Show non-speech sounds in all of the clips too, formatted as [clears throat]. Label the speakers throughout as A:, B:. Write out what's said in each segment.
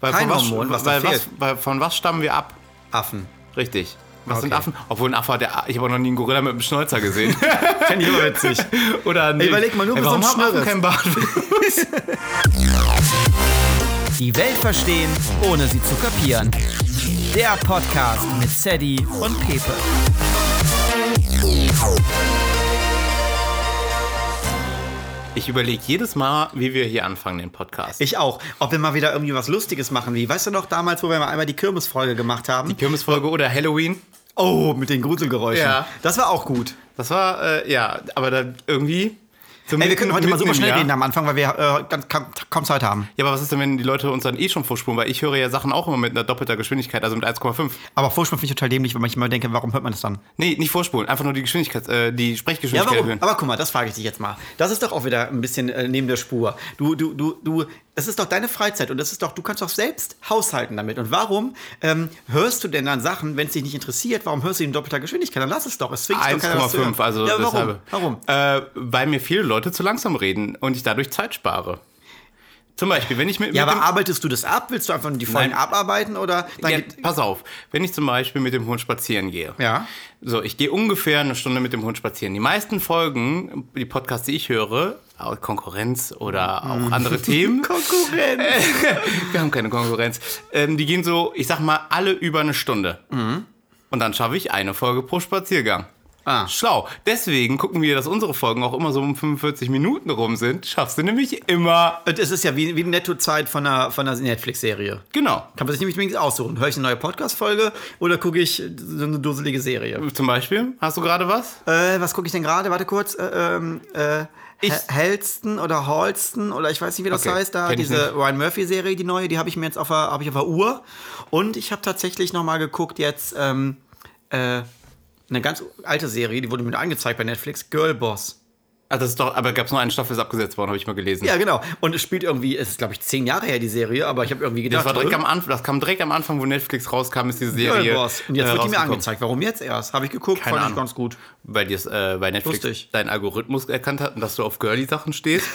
A: Weil
B: Kein
A: von
B: Hormon, was da
A: weil was,
B: fehlt.
A: weil von was stammen wir ab?
B: Affen.
A: Richtig. Was sind
B: Okay.
A: Affen? Obwohl ein Affe, hat der, ich habe auch noch nie einen Gorilla mit einem Schnäuzer
B: [laughs]
A: gesehen.
B: Fände ich aber witzig.
A: Oder nicht.
B: überleg mal, nur
A: Ey,
B: bis
A: warum
B: zum
A: haben Affen
B: Schnurres.
A: keinen Bart? [laughs]
C: Die Welt verstehen, ohne sie zu kapieren. Der Podcast mit Sadie und Pepe.
A: Ich überlege jedes Mal, wie wir hier anfangen, den Podcast.
B: Ich auch. Ob wir mal wieder irgendwie was Lustiges machen, wie, weißt du noch, damals, wo wir mal einmal die Kirmesfolge gemacht haben?
A: Die Kirmesfolge oder Halloween.
B: oh, mit den Gruselgeräuschen.
A: Ja.
B: Das war auch gut.
A: Das war, äh, ja, aber da irgendwie. so
B: Ey, wir
A: mitten-
B: können heute mal
A: mitten
B: super
A: im
B: schnell
A: Jahr.
B: reden am Anfang, weil wir äh, ganz kaum, kaum Zeit haben.
A: Ja, aber was ist denn, wenn die Leute uns dann eh schon vorspulen? Weil ich höre ja Sachen auch immer mit einer doppelter Geschwindigkeit, also mit 1,5.
B: Aber Vorsprung finde ich total dämlich, weil ich immer denke, warum hört man das dann?
A: Nee, nicht vorspulen, einfach nur die Geschwindigkeit, äh, die
B: Ja,
A: Sprechgeschwindigkeit
B: warum?
A: erhöhen.
B: Aber guck mal, das frage ich dich jetzt mal. Das ist doch auch wieder ein bisschen äh, neben der Spur. Du, du, du, du, das ist doch deine Freizeit und das ist doch, du kannst doch selbst haushalten damit. Und warum ähm, hörst du denn dann Sachen, wenn es dich nicht interessiert, warum hörst du die in doppelter Geschwindigkeit? Dann lass es doch. Es zwingt dich doch keiner, das zu hören.
A: 1,5, also
B: ja, warum?
A: deshalb.
B: warum?
A: Äh, weil mir viele Leute zu langsam reden und ich dadurch Zeit spare. Zum Beispiel, wenn ich mit,
B: Ja,
A: mit
B: aber arbeitest du das ab? Willst du einfach die Folgen
A: Nein.
B: abarbeiten oder? Dann
A: Ja,
B: geht-
A: pass auf, wenn ich zum Beispiel mit dem Hund spazieren gehe.
B: Ja.
A: So, ich gehe ungefähr eine Stunde mit dem Hund spazieren. Die meisten Folgen, die Podcasts, die ich höre, auch Konkurrenz oder auch andere Themen.
B: Hm. [laughs] Konkurrenz.
A: Äh. [laughs] Wir haben keine Konkurrenz. Ähm, die gehen so, ich sag mal, alle über eine Stunde.
B: Mhm.
A: Und dann schaffe ich eine Folge pro Spaziergang.
B: Ah.
A: Schlau. Deswegen gucken wir, dass unsere Folgen auch immer so um 45 Minuten rum sind. Schaffst du nämlich immer.
B: Und es ist ja wie, wie Nettozeit von einer, von einer Netflix-Serie.
A: Genau.
B: Kann man sich nämlich wenigstens aussuchen. Höre ich eine neue Podcast-Folge oder gucke ich so eine dusselige Serie?
A: Zum Beispiel, hast du gerade was?
B: Äh, was gucke ich denn gerade? Warte kurz. Äh, ähm, äh, Hel- Helston oder Holston oder ich weiß nicht, wie das
A: Okay,
B: heißt. Da
A: kenn ich
B: diese Ryan Murphy-Serie, die neue, die habe ich mir jetzt auf der, hab ich auf der Uhr. Und ich habe tatsächlich noch mal geguckt jetzt ähm, äh, eine ganz alte Serie, die wurde mir angezeigt bei Netflix, Girl Boss.
A: Ah, das ist doch, aber gab es nur einen Stoff, der ist abgesetzt worden, habe ich mal gelesen.
B: Ja, genau. Und es spielt irgendwie, es ist glaube ich zehn Jahre her, die Serie, aber ich habe irgendwie gedacht,
A: Das, war direkt
B: äh,
A: am Anfang, das kam direkt am Anfang, wo Netflix rauskam, ist die Serie. äh,
B: Girl Boss. Und jetzt wird die mir
A: rausgekommen.
B: angezeigt. Warum jetzt erst? Habe ich geguckt,
A: Keine
B: fand ich
A: Ahnung.
B: ganz gut.
A: Weil, dir's, äh, weil Netflix
B: Lustig.
A: deinen Algorithmus erkannt hat und dass du auf Girly-Sachen stehst.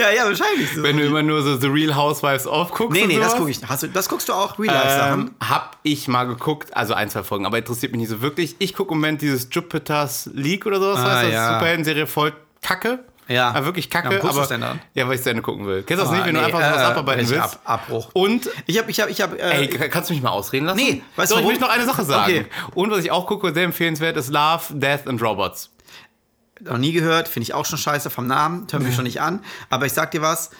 B: ja, ja, wahrscheinlich.
A: Äh, Wenn du immer nur so The Real Housewives aufguckst.
B: nee,
A: und
B: nee, das
A: sowas.
B: gucke ich. Hast du, das guckst du auch, Real-Life-Sachen?
A: Ähm, hab ich mal geguckt, also ein, zwei Folgen, aber interessiert mich nicht so wirklich. Ich gucke im Moment dieses Jupiter's League oder sowas,
B: Ah,
A: heißt das?
B: ja.
A: Superhelden-Serie voll Kacke.
B: Ja.
A: Ah, wirklich
B: Ja,
A: Kacke.
B: warum guckst
A: aber,
B: du's denn dann?
A: Ja, weil ich zu Ende gucken will. Kennst du das
B: Ah,
A: nicht, wenn du
B: nee,
A: einfach sowas
B: äh,
A: abarbeiten
B: richtig,
A: willst?
B: Ab- Abbruch.
A: Und
B: Ich habe, ich habe, ich habe. Äh,
A: Ey, k- kannst du mich mal ausreden lassen?
B: Nee, weißt
A: weißt Doch,
B: du
A: ich
B: warum?
A: möchte noch eine Sache sagen.
B: Okay.
A: Und was ich auch gucke, sehr empfehlenswert ist Love, Death and Robots.
B: noch nie gehört, finde ich auch schon scheiße vom Namen, hören wir schon nicht an. Aber ich sag dir was.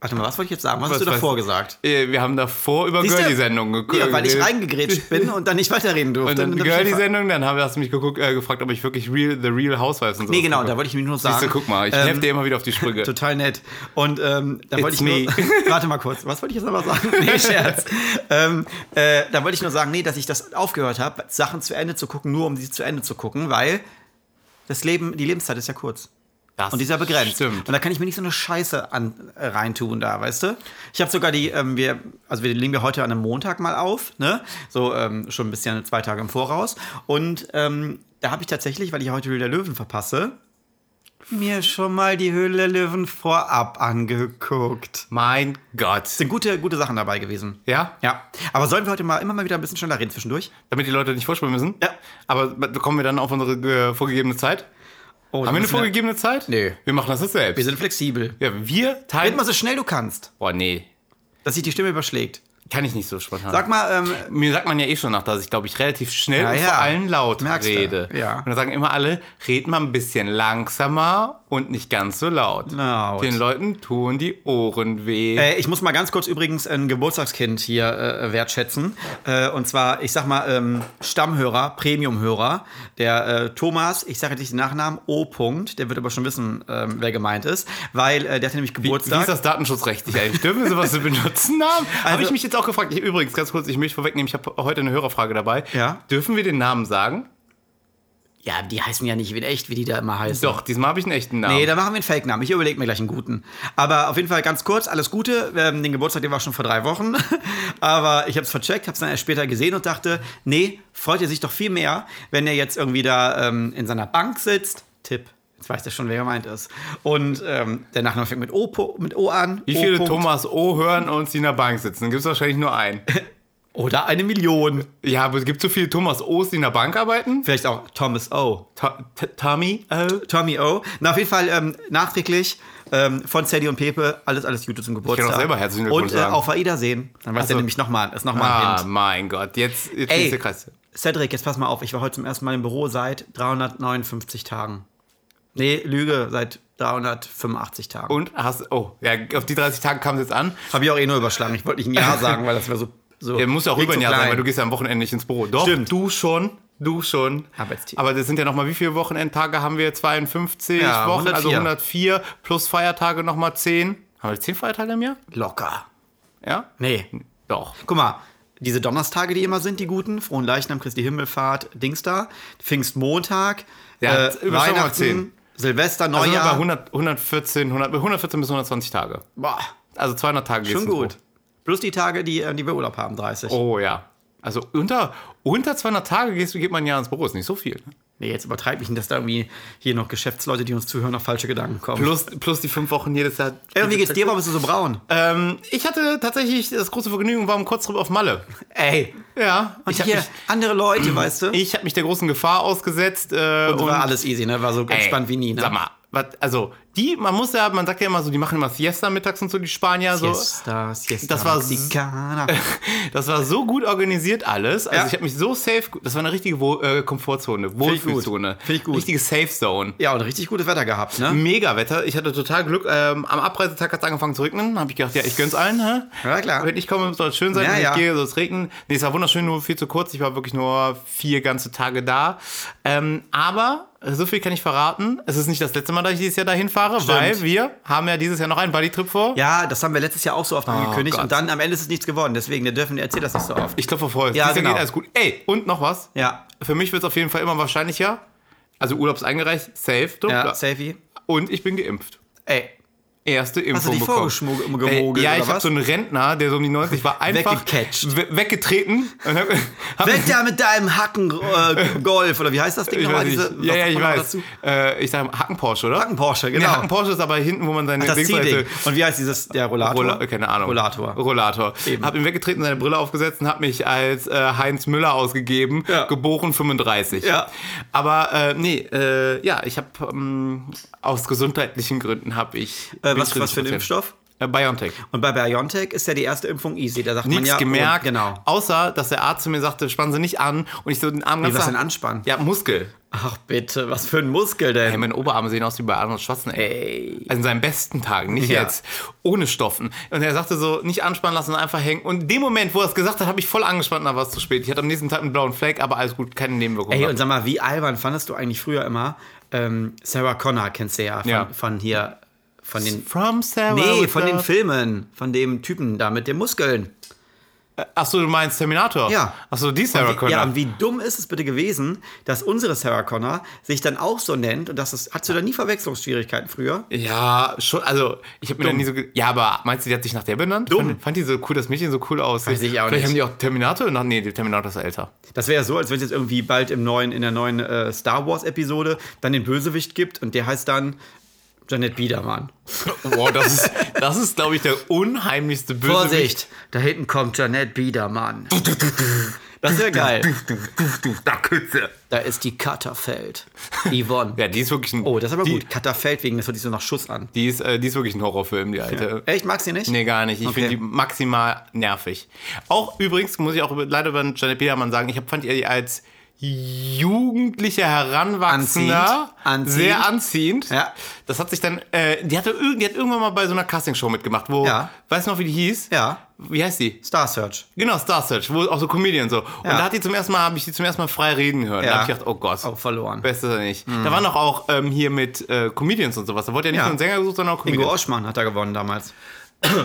B: Warte mal, was wollte ich jetzt sagen? Was,
A: Was
B: hast du davor
A: weiß-
B: gesagt?
A: Äh, Wir haben davor über
B: Siehst du?
A: Girly-Sendungen geguckt.
B: Ja, weil ich reingegrätscht bin und dann nicht weiterreden durfte.
A: Und dann
B: hab ich einfach-
A: Girly-Sendung, dann haben wir- hast du mich geguckt, äh, gefragt, ob ich wirklich real, The Real Housewives und so
B: Nee, genau, da wollte ich nämlich nur sagen. ähm,
A: Siehst du, Oh guck mal, ich helfe dir immer wieder auf die Sprünge.
B: [laughs] Total nett. Und ähm, da wollte ich
A: me.
B: nur. [laughs] warte mal kurz, was wollte ich jetzt aber sagen? [laughs] Nee, Scherz. ähm, äh, da wollte ich nur sagen, nee, dass ich das aufgehört habe, Sachen zu Ende zu gucken, nur um sie zu Ende zu gucken, weil das Leben, die Lebenszeit ist ja kurz.
A: Das
B: Und die ist ja begrenzt.
A: Stimmt.
B: Und da kann ich mir nicht so eine Scheiße an, äh, reintun da, weißt du? Ich habe sogar die, ähm, wir, also wir legen wir heute an einem Montag mal auf, ne? So ähm, schon ein bisschen zwei Tage im Voraus. Und ähm, da habe ich tatsächlich, weil ich heute Höhle der Löwen verpasse, mir schon mal die Höhle der Löwen vorab angeguckt.
A: Mein Gott.
B: Sind gute, gute Sachen dabei gewesen.
A: Ja?
B: Ja. Aber sollen wir heute mal immer mal wieder ein bisschen schneller reden zwischendurch?
A: Damit die Leute nicht vorspielen müssen?
B: Ja.
A: Aber kommen wir dann auf unsere äh, vorgegebene Zeit?
B: Oh,
A: Haben wir eine
B: müssen
A: vorgegebene Zeit?
B: Nee.
A: Wir machen das jetzt selbst.
B: Wir sind flexibel.
A: ja, wir
B: Red
A: teilen...
B: mal so schnell du kannst,
A: Boah, nee.
B: dass sich die Stimme überschlägt.
A: Kann ich nicht so spontan.
B: Sag mal, ähm,
A: Mir sagt man ja eh schon nach, dass ich, glaube ich, relativ schnell
B: Ja,
A: und
B: ja.
A: vor allem laut
B: Merkst du.
A: rede.
B: Ja.
A: Und dann sagen immer alle, red mal ein bisschen langsamer und nicht ganz so laut.
B: Laut.
A: Den Leuten tun die Ohren weh.
B: Äh, ich muss mal ganz kurz übrigens ein Geburtstagskind hier äh, wertschätzen. Äh, und zwar, ich sag mal, ähm, Stammhörer, Premiumhörer, der äh, Thomas, ich sage jetzt nicht den Nachnamen, O. -Punkt, der wird aber schon wissen, ähm, wer gemeint ist, weil äh, der hat nämlich
A: Wie ist
B: Geburtstag.
A: das datenschutzrechtlich eigentlich? Dürfen wir sowas [laughs] benutzen? Namen?
B: Also-
A: habe ich mich jetzt auch gefragt. Ich, übrigens, ganz kurz, ich möchte vorwegnehmen, ich habe heute eine Hörerfrage dabei.
B: Ja.
A: Dürfen wir den Namen sagen?
B: ja, die heißen ja nicht in echt, wie die da immer heißen.
A: Doch, diesmal habe ich einen echten Namen.
B: Nee, da machen wir einen Fake-Namen. Ich überlege mir gleich einen guten. Aber auf jeden Fall ganz kurz, alles Gute. Ähm, den Geburtstag, der war schon vor drei Wochen. [laughs] Aber ich habe es vercheckt, habe es dann erst später gesehen und dachte, nee, freut er sich doch viel mehr, wenn er jetzt irgendwie da ähm, in seiner Bank sitzt. Tipp, in Jetzt weiß der schon, wer gemeint ist. Und ähm, der Nachname fängt mit O, po- mit o an.
A: Wie viele
B: O. Punkt.
A: Thomas O hören uns, die in der Bank sitzen? Gibt es wahrscheinlich nur
B: [laughs]
A: einen.
B: Oder eine Million.
A: Ja, aber es gibt so viele Thomas O's, die in der Bank arbeiten.
B: Vielleicht auch Thomas O.
A: Ta- T- Tommy O.
B: Oh, Tommy O. Na, auf jeden Fall ähm, nachträglich ähm, von Sadie und Pepe alles, alles Gute zum Geburtstag.
A: auch selber herzlichen Glückwunsch
B: Und äh,
A: sagen.
B: auf AIDA sehen. Dann weiß
A: so.
B: er nämlich nochmal. Ist nochmal mal ein
A: Ah,
B: Hint.
A: mein Gott. Jetzt, jetzt
B: Ey.
A: ist der Kreis.
B: Cedric, jetzt pass mal auf. Ich war heute zum ersten Mal im Büro seit 359 Tagen. Nee, Lüge, seit 385 Tagen.
A: Und hast. Oh, ja, auf die 30 Tage kam es jetzt an.
B: Habe ich auch eh nur überschlagen. Ich wollte nicht ein
A: [laughs]
B: Ja sagen, weil das wäre so. so
A: Der muss ja auch
B: viel
A: über ein
B: zu
A: Jahr sein,
B: klein.
A: weil du gehst ja am Wochenende nicht ins Büro. Doch,
B: Stimmt.
A: du schon. Du schon.
B: Arbeitstier.
A: Aber das sind ja nochmal, wie viele Wochenendtage haben wir? 52
B: Ja,
A: Wochen, also
B: 104.
A: 104 plus Feiertage nochmal 10. Haben wir 10 Feiertage im Jahr?
B: Locker.
A: Ja?
B: Nee. Oh
A: Doch.
B: Guck mal, diese Donnerstage, die immer sind, die guten, Frohen Leichnam, Christi Himmelfahrt, Dings da, Pfingstmontag,
A: Ja,
B: äh,
A: über schon mal
B: Weihnachten,
A: zehn.
B: Silvester,
A: Also sind wir bei
B: Neujahr.
A: 100, 114, 100, bei 114 bis 120 Tage.
B: Boah,
A: Also 200 Tage geht's
B: schon
A: ins
B: gut. Plus die Tage, die, äh, die wir Urlaub haben, 30.
A: Büro. Oh ja. Also unter, unter 200 Tage gehst, geht man ja ins Büro, ist nicht so viel. Ne?
B: Nee, jetzt übertreibe ich nicht, dass da irgendwie hier noch Geschäftsleute, die uns zuhören, noch falsche Gedanken kommen.
A: Plus, plus die fünf Wochen jedes Jahr.
B: Ey, und Äh, wie geht's dir? Warum bist du so braun?
A: Ähm, ich hatte tatsächlich das große Vergnügen, war um kurz drüber auf Malle.
B: Ey,
A: Ja,
B: und
A: ich habe
B: hier
A: mich, Mhm.
B: andere Leute, weißt du?
A: ich hab mich der großen Gefahr ausgesetzt. Äh,
B: und war alles easy, ne? War so
A: ey,
B: entspannt wie nie, ne?
A: Sag mal, wat, also die, man muss ja, man sagt ja immer so, die machen immer Siesta mittags und so, die Spanier so.
B: Siesta, Siesta,
A: Das war s-
B: Mexikaner.
A: [laughs] Das war so gut organisiert alles. Also
B: Ja.
A: ich habe mich so safe. Das war eine richtige Wo äh, Komfortzone,
B: ich gut.
A: Wohlfühlzone.
B: Finde ich gut.
A: Richtige Safe Zone.
B: ja, und richtig gutes Wetter gehabt, ne?
A: Mega Wetter. Ich hatte total Glück. Ähm, am Abreisetag hat es angefangen zu regnen. Habe ich gedacht, ja, ich gönn's allen. Hä?
B: Ja, klar.
A: Wenn ich komme, soll es schön sein.
B: Ja,
A: Wenn ich
B: ja.
A: gehe, soll es regnen. Nee, es war wunderschön, nur viel zu kurz. Ich war wirklich nur vier ganze Tage da. Ähm, aber so viel kann ich verraten. Es ist nicht das letzte Mal, dass ich dieses Jahr dahin fahre, weil wir haben ja dieses Jahr noch einen Buddy-Trip vor.
B: Ja, das haben wir letztes Jahr auch so oft angekündigt
A: Oh Gott.
B: und dann am Ende ist es nichts geworden. Deswegen, wir dürfen, erzähl das nicht so oft.
A: Ich glaube, vorher.
B: Ja,
A: Dieses Jahr
B: genau.
A: geht alles gut. Ey, und noch was.
B: Ja,
A: Für mich wird es auf jeden Fall immer wahrscheinlicher. Also Urlaubs eingereicht, safe, doch.
B: ja, Safi.
A: Und ich bin geimpft.
B: Ey,
A: Erste Impfung
B: hast du dich
A: bekommen.
B: vorgeschmuggelt?
A: Äh, ja, ich
B: oder
A: habe
B: was?
A: so einen Rentner, der so um die 90
B: [laughs]
A: war, einfach
B: Weggecatcht.
A: we- weggetreten. Und hab, hab
B: Weg da mit deinem Hacken äh, Golf oder wie heißt das Ding
A: ich weiß
B: nochmal?
A: nicht.
B: Diese,
A: ja, ja,
B: was sagt
A: ich
B: man noch
A: weiß.
B: dazu?
A: Äh, ich sage Hacken Porsche, oder?
B: Hacken Porsche, genau.
A: Nee, Hacken Porsche ist aber hinten, wo man seine
B: das
A: Dings- äh,
B: Ziehding. Und wie heißt dieses der Rollator?
A: Rolla keine Ahnung.
B: Rollator.
A: Rollator. Hab ihn weggetreten, seine Brille aufgesetzt und hab mich als äh, Heinz Müller ausgegeben,
B: Ja.
A: geboren 35.
B: Ja.
A: Aber äh, nee, äh, ja, ich habe ähm, aus gesundheitlichen Gründen habe ich
B: Äh,
A: bin
B: was,
A: ich
B: was für ein
A: Patient.
B: Impfstoff?
A: Äh, BioNTech.
B: Und bei BioNTech ist ja die erste Impfung easy. Da sagt man
A: Nichts
B: ja, oh,
A: gemerkt,
B: genau.
A: außer dass der Arzt zu mir sagte, spannen Sie nicht an und ich so den Arm
B: Wie
A: ganz
B: was
A: nach-
B: denn anspannen?
A: Ja, Muskel.
B: Ach bitte, was für ein Muskel
A: Ey,
B: denn?
A: meine Oberarme sehen aus wie bei Arnold Schwarzenegger.
B: Ey.
A: Also in seinen besten Tagen, nicht
B: Ja.
A: jetzt. Ohne Stoffen. Und er sagte so, nicht anspannen lassen, einfach hängen. Und in dem Moment, wo er es gesagt hat, habe ich voll angespannt, da war es zu spät. Ich hatte am nächsten Tag einen blauen Fleck, aber alles gut, keine Nebenwirkungen.
B: Ey,
A: gehabt.
B: und sag mal, wie albern fandest du eigentlich früher immer ähm, Sarah Connor, kennst du ja von,
A: Ja.
B: von hier, von den
A: From Sarah.
B: Nee,
A: with
B: von den
A: love.
B: Filmen, von dem Typen da mit den Muskeln.
A: Ach so, du meinst Terminator?
B: Ja.
A: Ach so, die Sarah Connor.
B: Ja, und wie dumm ist es bitte gewesen, dass unsere Sarah Connor sich dann auch so nennt und das ist, hattest du da nie Verwechslungsschwierigkeiten früher?
A: Ja, schon, also ich habe mir da nie so. ge- Ja, aber meinst du, die hat sich nach der benannt?
B: Dumm.
A: Fand, fand die so cool, das Mädchen so cool aus.
B: Weiß ich auch
A: Vielleicht
B: nicht.
A: haben die auch Terminator? Ach, nee, der Terminator ist älter.
B: Das wäre ja so, als wenn es jetzt irgendwie bald im neuen, in der neuen äh, Star Wars Episode dann den Bösewicht gibt und der heißt dann Janet Biedermann.
A: Wow, das ist, das ist glaube ich, der unheimlichste Bösewicht.
B: Vorsicht, da hinten kommt Janet Biedermann. Das wäre geil.
A: Da Kütze.
B: Da ist die Katterfeld. Yvonne.
A: Ja, die ist wirklich ein.
B: Oh, das ist aber
A: die,
B: gut. Katterfeld wegen, das hört sich so nach Schuss an.
A: Die ist, äh, die ist wirklich ein Horrorfilm, die alte.
B: Echt, magst du die nicht?
A: Äh. Nee, gar nicht. Ich
B: Okay.
A: finde die maximal nervig. Auch übrigens muss ich auch über, leider über Janet Biedermann sagen, ich hab, fand ihr die als jugendlicher Heranwachsender
B: Anziehend. Anziehend.
A: sehr anziehend.
B: Ja.
A: Das hat sich dann, äh, die, hatte irgend, die hat irgendwann mal bei so einer Castingshow mitgemacht, wo,
B: Ja.
A: weißt du noch, wie die hieß?
B: Ja.
A: Wie heißt die?
B: Star Search.
A: Genau, Star Search, wo auch so Comedian und so. Und
B: Ja.
A: da hat die zum ersten Mal, habe ich die zum ersten Mal frei reden hören. Da
B: Ja.
A: habe ich gedacht, oh Gott.
B: Auch verloren.
A: Bestes oder nicht. Da waren doch auch ähm, hier mit äh, Comedians und sowas. Da wurde ja nicht
B: Ja.
A: nur ein Sänger gesucht, sondern auch
B: Ingo Mhm.
A: Comedians.
B: Oschmann hat da gewonnen damals.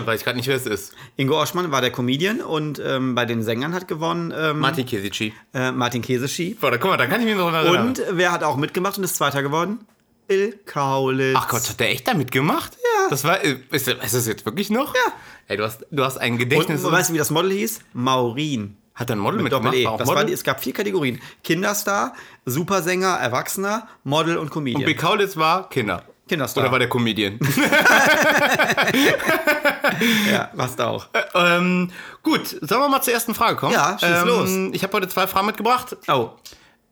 A: Weil ich gerade nicht, wer es ist.
B: Ingo Oschmann war der Comedian und ähm, bei den Sängern hat gewonnen ähm,
A: Martin Kesici.
B: äh, Martin Käseschi.
A: Boah, da, guck mal, da kann ich mich noch dran erinnern.
B: Und wer hat auch mitgemacht und ist Zweiter geworden? Bill Kaulitz.
A: Ach Gott, hat der echt da mitgemacht? Ja. Das war, äh, ist, ist das jetzt wirklich noch?
B: Ja.
A: Ey, du hast, du hast ein
B: und,
A: Gedächtnis.
B: weißt du, wie das Model hieß? Maureen.
A: Hat er ein Model
B: Mit
A: mitgemacht?
B: Doppel E.
A: War auch
B: Das
A: Model?
B: waren die, es gab vier Kategorien: Kinderstar, Supersänger, Erwachsener, Model und Comedian.
A: Bill Kaulitz war Kinder.
B: Kinderstar.
A: Oder war der
B: [laughs]
A: Comedian?
B: ja, warst auch.
A: ähm, gut, sollen wir mal zur ersten Frage kommen?
B: Ja, schieß
A: ähm,
B: los.
A: Ich habe heute zwei Fragen mitgebracht.
B: Oh,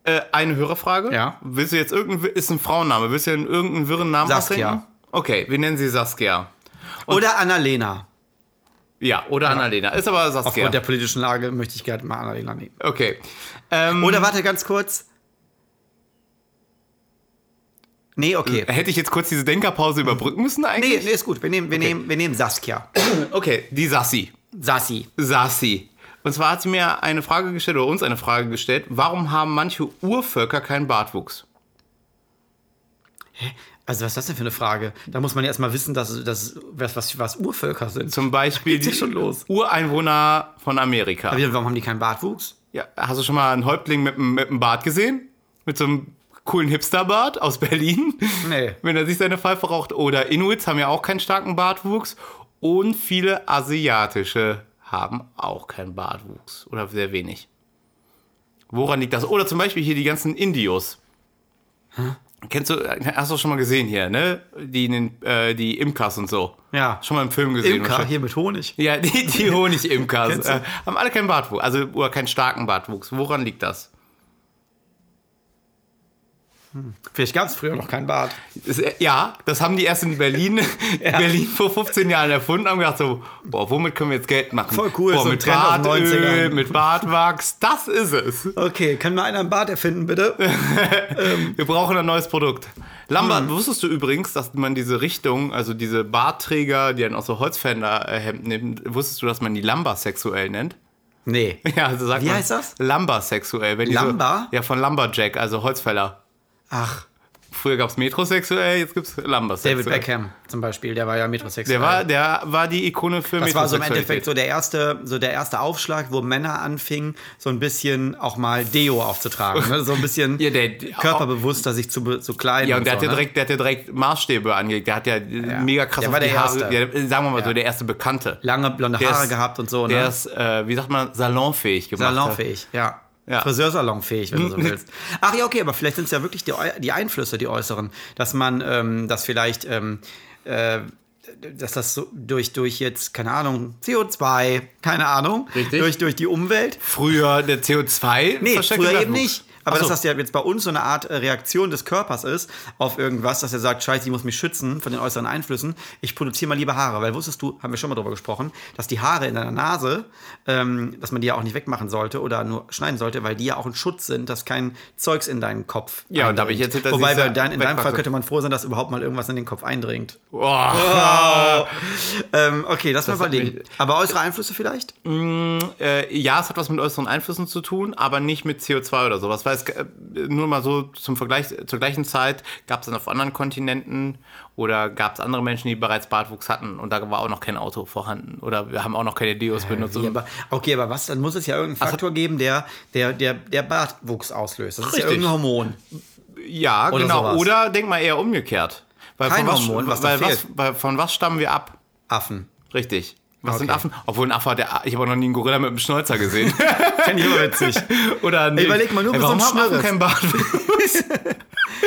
A: Äh, eine Hörerfrage.
B: Ja.
A: Willst du jetzt irgendein, ist ein Frauenname, willst du denn irgendeinen wirren Namen
B: Saskia.
A: ausdenken? Okay, wir nennen sie Saskia.
B: oder Annalena.
A: Ja, oder Annalena. Ist aber
B: Aufgrund
A: Saskia.
B: der politischen Lage möchte ich gerne mal Annalena nehmen.
A: Okay. Ähm,
B: Oder warte ganz kurz. Nee, okay.
A: hätte ich jetzt kurz diese Denkerpause überbrücken müssen
B: Nee,
A: eigentlich?
B: nee, ist gut. Wir nehmen, wir nehmen, wir nehmen Saskia.
A: Okay, die Sassi.
B: Sassi.
A: Sassi. Und zwar hat sie mir eine Frage gestellt, oder uns eine Frage gestellt, warum haben manche Urvölker keinen Bartwuchs?
B: Also, was ist das denn für eine Frage? Da muss man ja erstmal wissen, dass, dass was, was, was Urvölker sind.
A: Zum Beispiel
B: Geht's ja schon los.
A: Ureinwohner von Amerika.
B: Aber warum haben die keinen Bartwuchs?
A: Ja, hast du schon mal einen Häuptling mit, einem- mit einem Bart gesehen? Mit so einem coolen Hipster-Bart aus Berlin? [laughs]
B: Nee.
A: Wenn er sich seine Pfeife raucht. Oder Inuits haben ja auch keinen starken Bartwuchs. Und viele asiatische haben auch keinen Bartwuchs. Oder sehr wenig. Woran liegt das? Oder zum Beispiel hier die ganzen Indios. Kennst du, hast du schon mal gesehen hier, ne? Die, in den, äh, die Imkas und so.
B: Ja.
A: Schon mal im Film gesehen.
B: Imker, hier mit Honig.
A: Ja, die, die Honigimkers
B: Kennst du?
A: äh, haben alle keinen Bartwuchs, also oder keinen starken Bartwuchs. Woran liegt das?
B: Vielleicht gab es früher noch keinen Bart.
A: Ist, äh, ja, das haben die erst in
B: [laughs]
A: Berlin, Berlin vor 15 Jahren erfunden, haben gedacht so, boah, womit können wir jetzt Geld machen?
B: Voll cool,
A: boah,
B: so ein
A: mit
B: Trend aus den
A: Bartöl,
B: 90ern.
A: mit Bartwachs, das ist es.
B: Okay, kann mal einer einen Bart erfinden, bitte?
A: Wir brauchen ein neues Produkt. Lambert,
B: Hm.
A: wusstest du übrigens, dass man diese Richtung, also diese Bartträger, die dann auch so Holzfänderhemden nehmen, wusstest du, dass man die Lamba sexuell nennt? [laughs]
B: Nee.
A: Ja, also sagt
B: Wie
A: man
B: heißt das?
A: Lamba sexuell. Wenn die
B: Lamba?
A: So, ja, von Lumberjack, also Holzfäller.
B: Ach,
A: Früher gab es metrosexuell, jetzt gibt es Lambasexuell.
B: David Beckham zum Beispiel, der war ja metrosexuell.
A: Der war, der war die Ikone für
B: das war so im
A: Metrosexualität.
B: Endeffekt so der, erste, so der erste Aufschlag, wo Männer anfingen, so ein bisschen auch mal Deo aufzutragen. Ne? So ein
A: [laughs]
B: bisschen
A: Ja, der- oh,
B: körperbewusster sich zu, be- zu kleiden.
A: Ja, und der hat ja
B: so, ne?
A: direkt, der hat ja direkt Maßstäbe angelegt. Der hat ja, äh, mega krass
B: Der
A: auf
B: war
A: die
B: der
A: Haare.
B: Erste.
A: Ja, äh, sagen wir mal so, der erste Bekannte.
B: lange blonde
A: Der
B: Haare
A: ist-
B: gehabt und so. Ne?
A: Der ist, äh, wie sagt man, salonfähig gemacht.
B: Salonfähig, ja.
A: Ja. [laughs]
B: Friseursalonfähig, wenn du so willst. Ach ja, okay, aber vielleicht sind es ja wirklich die, Eu- die Einflüsse, die äußeren, dass man, ähm, dass vielleicht, ähm, äh, dass das so durch, durch jetzt, keine Ahnung, CO2, keine Ahnung,
A: Richtig.
B: Durch, durch die Umwelt.
A: Früher der CO2
B: Nee,
A: versteckte
B: früher eben
A: Bartwuchs.
B: nicht. Aber
A: Ach so.
B: dass das ja jetzt bei uns so eine Art äh, Reaktion des Körpers ist auf irgendwas, dass er sagt, scheiße, ich muss mich schützen von den äußeren Einflüssen, ich produziere mal lieber Haare. Weil wusstest du, haben wir schon mal drüber gesprochen, dass die Haare in deiner Nase, ähm, dass man die ja auch nicht wegmachen sollte oder nur schneiden sollte, weil die ja auch ein Schutz sind, dass kein Zeugs in deinen Kopf
A: Ja, und da hab ich jetzt
B: eindringt.
A: hinter
B: Wobei
A: dieser
B: bei dein, in deinem
A: Wegpackung.
B: Fall könnte man froh sein, dass überhaupt mal irgendwas in den Kopf eindringt.
A: Oh. Boah.
B: Oh. Ähm, okay, lass mal
A: hat
B: überlegen. Aber äußere Einflüsse vielleicht?
A: Äh, ja, es hat was mit äußeren Einflüssen zu tun, aber nicht mit CO2 oder sowas. Weil es, äh, nur mal so zum Vergleich, zur gleichen Zeit gab es dann auf anderen Kontinenten oder gab es andere Menschen, die bereits Bartwuchs hatten und da war auch noch kein Auto vorhanden oder wir haben auch noch keine Deos benutzt.
B: Ja, aber, okay, aber was? Dann muss es ja
A: Also
B: irgendeinen Faktor geben, der, der, der, der Bartwuchs auslöst. Das ist ja
A: Richtig.
B: irgendein Hormon.
A: ja,
B: Oder
A: genau.
B: sowas.
A: Oder denk mal eher umgekehrt. Weil
B: Kein
A: von was,
B: Hormon, was da
A: weil was,
B: fehlt.
A: weil von was stammen wir ab?
B: Affen.
A: Richtig. Was sind
B: Okay.
A: Affen? Obwohl ein Affe, hat der, ich habe noch nie einen Gorilla mit einem Schnäuzer
B: [laughs]
A: gesehen.
B: Fände ich immer
A: [laughs]
B: witzig.
A: Oder einen-
B: überleg mal, nur
A: Ey,
B: mit so
A: warum
B: einem
A: haben Affen
B: Schnurres.
A: keinen Bart?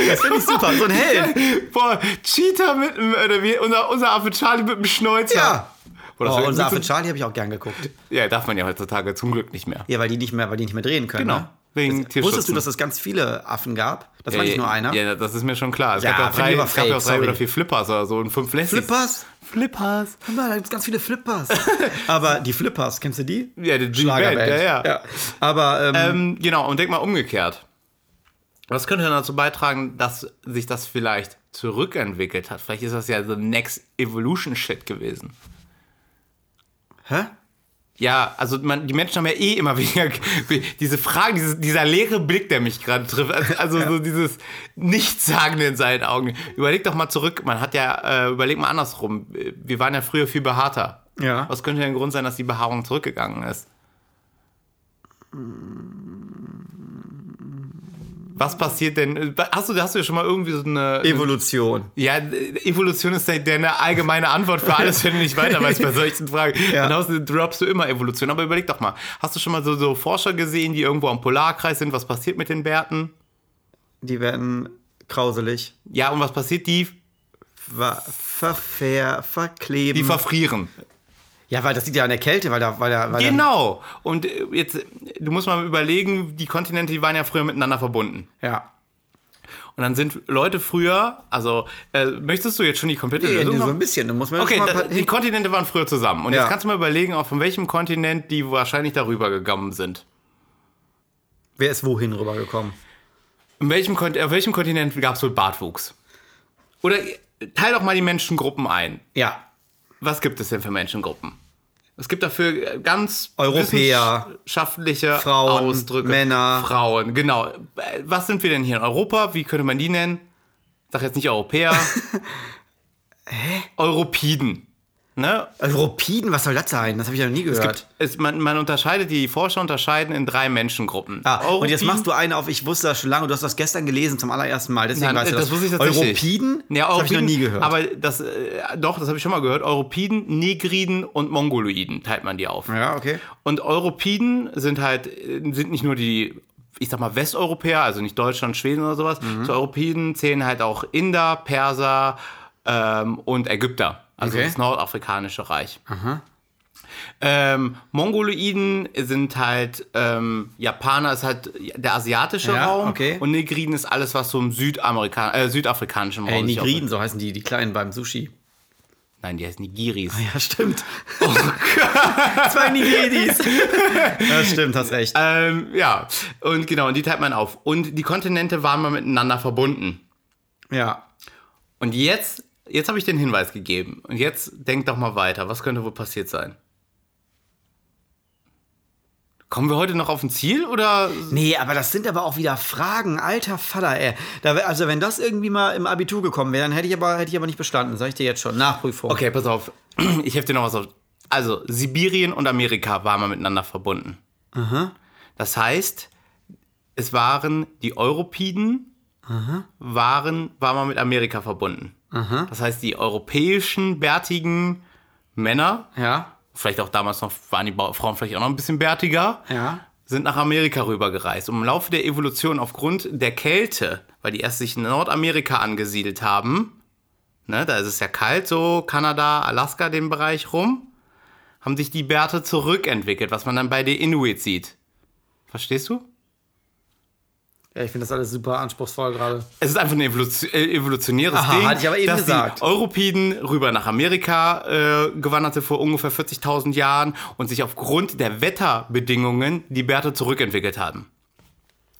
B: Das finde ich super. So ein Held.
A: Boah, Cheetah mit dem, oder wie, unser, unser Affe Charlie mit dem Schnäuzer.
B: Ja.
A: Boah, das
B: Oh,
A: wär-
B: unser Affe Charlie habe ich auch gern geguckt.
A: Ja, darf man ja heutzutage zum Glück nicht mehr.
B: Ja, weil die nicht mehr, weil die nicht mehr drehen können. Ne?
A: Genau, Wegen Tierschutz.
B: Wusstest du, dass es ganz viele Affen gab? Das war nicht nur einer.
A: Ja, das ist mir schon klar. Es
B: Ja,
A: gab ja auch
B: finde
A: drei,
B: ich aber
A: es gab ja auch
B: fake,
A: drei
B: sorry.
A: oder vier Flippers oder so und fünf Lässis.
B: Flippers?
A: Flippers.
B: Guck mal, da gibt es ganz
A: [laughs]
B: viele Flippers. Aber die Flippers, kennst du die?
A: Ja, die die Band,
B: Schlagerband.
A: ja, ja.
B: Aber ähm,
A: Ähm, genau, und denk mal umgekehrt. Was könnte denn dazu beitragen, dass sich das vielleicht zurückentwickelt hat? Vielleicht ist das ja so Next Evolution Shit gewesen.
B: hä?
A: Ja, also man, die Menschen haben ja eh immer [laughs] weniger diese Frage, dieses, dieser leere Blick, der mich gerade trifft, also, also so dieses Nichtssagende in seinen Augen. Überleg doch mal zurück, man hat ja, äh, überleg mal andersrum, äh, wir waren ja früher viel behaarter.
B: Ja.
A: Was könnte denn ein Grund sein, dass die Behaarung zurückgegangen ist? Was passiert denn? äh, Hast du, hast du ja schon mal irgendwie so eine.
B: Evolution.
A: Ja, Evolution ist deine allgemeine Antwort für alles, wenn du nicht weiter weißt bei solchen Fragen.
B: [laughs] Ja.
A: Dann hast du, droppst du immer Evolution. Aber überleg doch mal, hast du schon mal so, so Forscher gesehen, die irgendwo am Polarkreis sind? Was passiert mit den Bärten?
B: Die werden grauselig.
A: Ja, und was passiert? Die,
B: Ver verver verkleben.
A: die verfrieren.
B: ja, weil das liegt ja an der Kälte, weil da. Weil da weil
A: Genau. Und äh, jetzt, äh, du musst mal überlegen, die Kontinente, die waren ja früher miteinander verbunden.
B: Da, ja.
A: Und dann sind Leute früher, also äh, möchtest du jetzt schon die komplette
B: Nee,
A: Lösung
B: so
A: noch?
B: ein bisschen. Du musst mir
A: Okay,
B: schon mal
A: da, die Kontinente waren früher zusammen. Und
B: Ja.
A: jetzt kannst du mal überlegen, auch von welchem Kontinent die wahrscheinlich darüber gegangen sind.
B: Wer ist wohin rübergekommen?
A: In welchem Kon auf welchem Kontinent gab es wohl Bartwuchs? Oder äh, teil doch mal die Menschengruppen ein.
B: Ja.
A: Was gibt es denn für Menschengruppen? Es gibt dafür äh, ganz
B: Europäer,
A: wissenschaftliche
B: Frauen,
A: Ausdrücke.
B: Männer.
A: Frauen, genau. Äh, Was sind wir denn hier in Europa? Wie könnte man die nennen? Sag jetzt nicht
B: [laughs]
A: Europäer. Hä? Europiden. Ne?
B: Also Rupiden, was soll das sein? Das habe ich ja noch nie gehört.
A: Es, man, man unterscheidet, die Forscher unterscheiden in drei Menschengruppen.
B: Ah, und jetzt
A: Europiden-
B: machst du eine auf, ich wusste das schon lange, und du hast das gestern gelesen zum allerersten Mal. Deswegen
A: Nein, äh,
B: weißt du
A: das wusste ich tatsächlich.
B: Europiden?
A: Ja,
B: das habe ich noch
A: Europiden,
B: nie gehört.
A: Aber das, äh, doch, das habe ich schon mal gehört. Europiden, Negriden und Mongoloiden teilt man die auf.
B: ja, okay.
A: Und Europiden sind halt, äh, sind nicht nur die, ich sag mal, Westeuropäer, also nicht Deutschland, Schweden oder sowas.
B: Mhm.
A: Zu Europiden zählen halt auch Inder, Perser ähm, und Ägypter. Also
B: Okay.
A: das nordafrikanische Reich. Ähm, Mongoloiden sind halt, ähm, Japaner ist halt der asiatische
B: Ja,
A: Raum
B: okay.
A: und Negriden ist alles, was so im Südamerika äh, südafrikanischen Raum
B: Ey,
A: sich
B: Nigriden, so heißen die, die Kleinen beim Sushi. Oh
A: aufhält. Nein, die heißt Nigiris.
B: [laughs] Ja, stimmt. Zwei [laughs] Nigridis. das stimmt, hast recht.
A: Ähm, ja, und genau, und die teilt man auf. Und die Kontinente waren mal miteinander verbunden. Äh,
B: Ja.
A: Und jetzt, jetzt habe ich den Hinweis gegeben. Und jetzt denkt doch mal weiter. Was könnte wohl passiert sein? Kommen wir heute noch auf ein Ziel oder?
B: Nee, aber das sind aber auch wieder Fragen. Alter Vater, ey. Da wär, also, wenn das irgendwie mal im Abitur gekommen wäre, dann hätte ich aber, hätte ich aber nicht bestanden. Sag ich dir jetzt schon. Nachprüfung.
A: Okay, pass auf. [clears throat] Ich helfe dir noch was auf. Also, Sibirien und Amerika waren mal miteinander verbunden. Das heißt, es waren die Europiden, waren, waren mal mit Amerika verbunden. Das heißt, die europäischen bärtigen Männer,
B: Ja.
A: vielleicht auch damals noch, waren die Ba- Frauen vielleicht auch noch ein bisschen bärtiger,
B: Ja.
A: sind nach Amerika rübergereist. Und im Laufe der Evolution aufgrund der Kälte, weil die erst sich in Nordamerika angesiedelt haben, ne, da ist es ja kalt, so Kanada, Alaska, den Bereich rum, haben sich die Bärte zurückentwickelt, was man dann bei den Inuit sieht. Verstehst du?
B: Ja, ich finde das alles super anspruchsvoll gerade.
A: Es ist einfach ein Evolutio- äh, evolutionäres
B: Aha,
A: Ding,
B: hatte ich aber eben
A: dass
B: gesagt.
A: die Europiden rüber nach Amerika äh, gewandert sind vor ungefähr 40.000 Jahren und sich aufgrund der Wetterbedingungen die Bärte zurückentwickelt haben.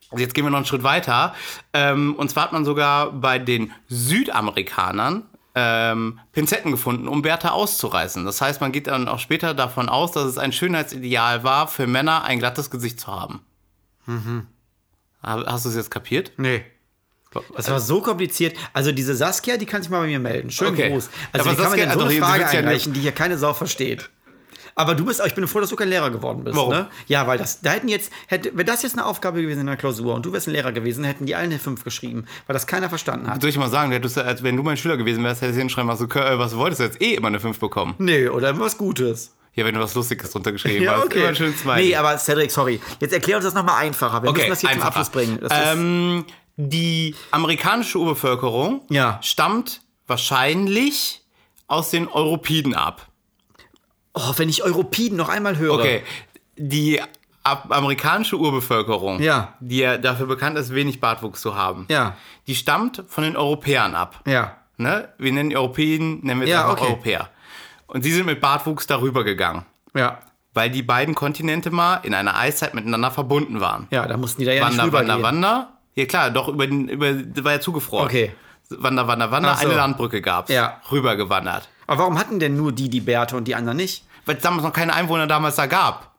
A: Also jetzt gehen wir noch einen Schritt weiter. Ähm, und zwar hat man sogar bei den Südamerikanern ähm, Pinzetten gefunden, um Bärte auszureißen. Das heißt, man geht dann auch später davon aus, dass es ein Schönheitsideal war, für Männer ein glattes Gesicht zu haben.
B: Mhm.
A: Ha- Hast du es jetzt kapiert?
B: Nee. Das war so kompliziert. Also diese Saskia, die kann sich mal bei mir melden. Schönen
A: Okay.
B: Gruß.
A: Aber
B: Also wie kann man
A: Saskia-
B: denn so
A: also
B: eine
A: sie
B: Frage
A: wird's ja
B: einreichen, die hier keine Sau versteht? Aber du bist, ich bin froh, dass du kein Lehrer geworden bist.
A: Warum?
B: Ne? Ja, weil das, da hätten jetzt, hätte, wäre das jetzt eine Aufgabe gewesen in der Klausur und du wärst ein Lehrer gewesen, hätten die alle eine 5 geschrieben, weil das keiner verstanden hat.
A: Soll ich mal sagen, hättest du, als wenn du mein Schüler gewesen wärst, hättest du hinschreiben, was du, kö- äh, was du wolltest, du hättest eh immer eine 5 bekommen.
B: Nee, oder irgendwas Gutes.
A: Ja, wenn du was Lustiges drunter geschrieben hast. Immer ein schönes Smiley.
B: Nee, aber Cedric, sorry. Jetzt erklär uns das nochmal einfacher. Wir
A: Okay,
B: müssen das hier
A: einfacher.
B: zum Abschluss bringen. Das ist,
A: ähm, die amerikanische Urbevölkerung
B: Ja.
A: stammt wahrscheinlich aus den Europiden ab.
B: oh, wenn ich Europiden noch einmal höre.
A: Okay, die ab amerikanische Urbevölkerung,
B: Ja.
A: die ja dafür bekannt ist, wenig Bartwuchs zu haben,
B: Ja.
A: die stammt von den Europäern ab.
B: Ja.
A: Ne? Wir nennen die Europäen, nennen wir jetzt
B: Ja,
A: einfach
B: okay.
A: Europäer. Und die sind mit Bartwuchs darüber gegangen.
B: Ja.
A: weil die beiden Kontinente mal in einer Eiszeit miteinander verbunden waren.
B: Ja, da mussten die da ja nicht
A: Wander,
B: rübergehen.
A: Wander, Wander. Ja klar, doch, über, den, über war ja zugefroren.
B: Okay.
A: Wander, Wander, Wander,
B: Ach so.
A: eine Landbrücke gab's.
B: Ja.
A: Rübergewandert.
B: Aber warum hatten denn nur die die Bärte und die anderen nicht?
A: Weil es damals noch keine Einwohner damals da gab.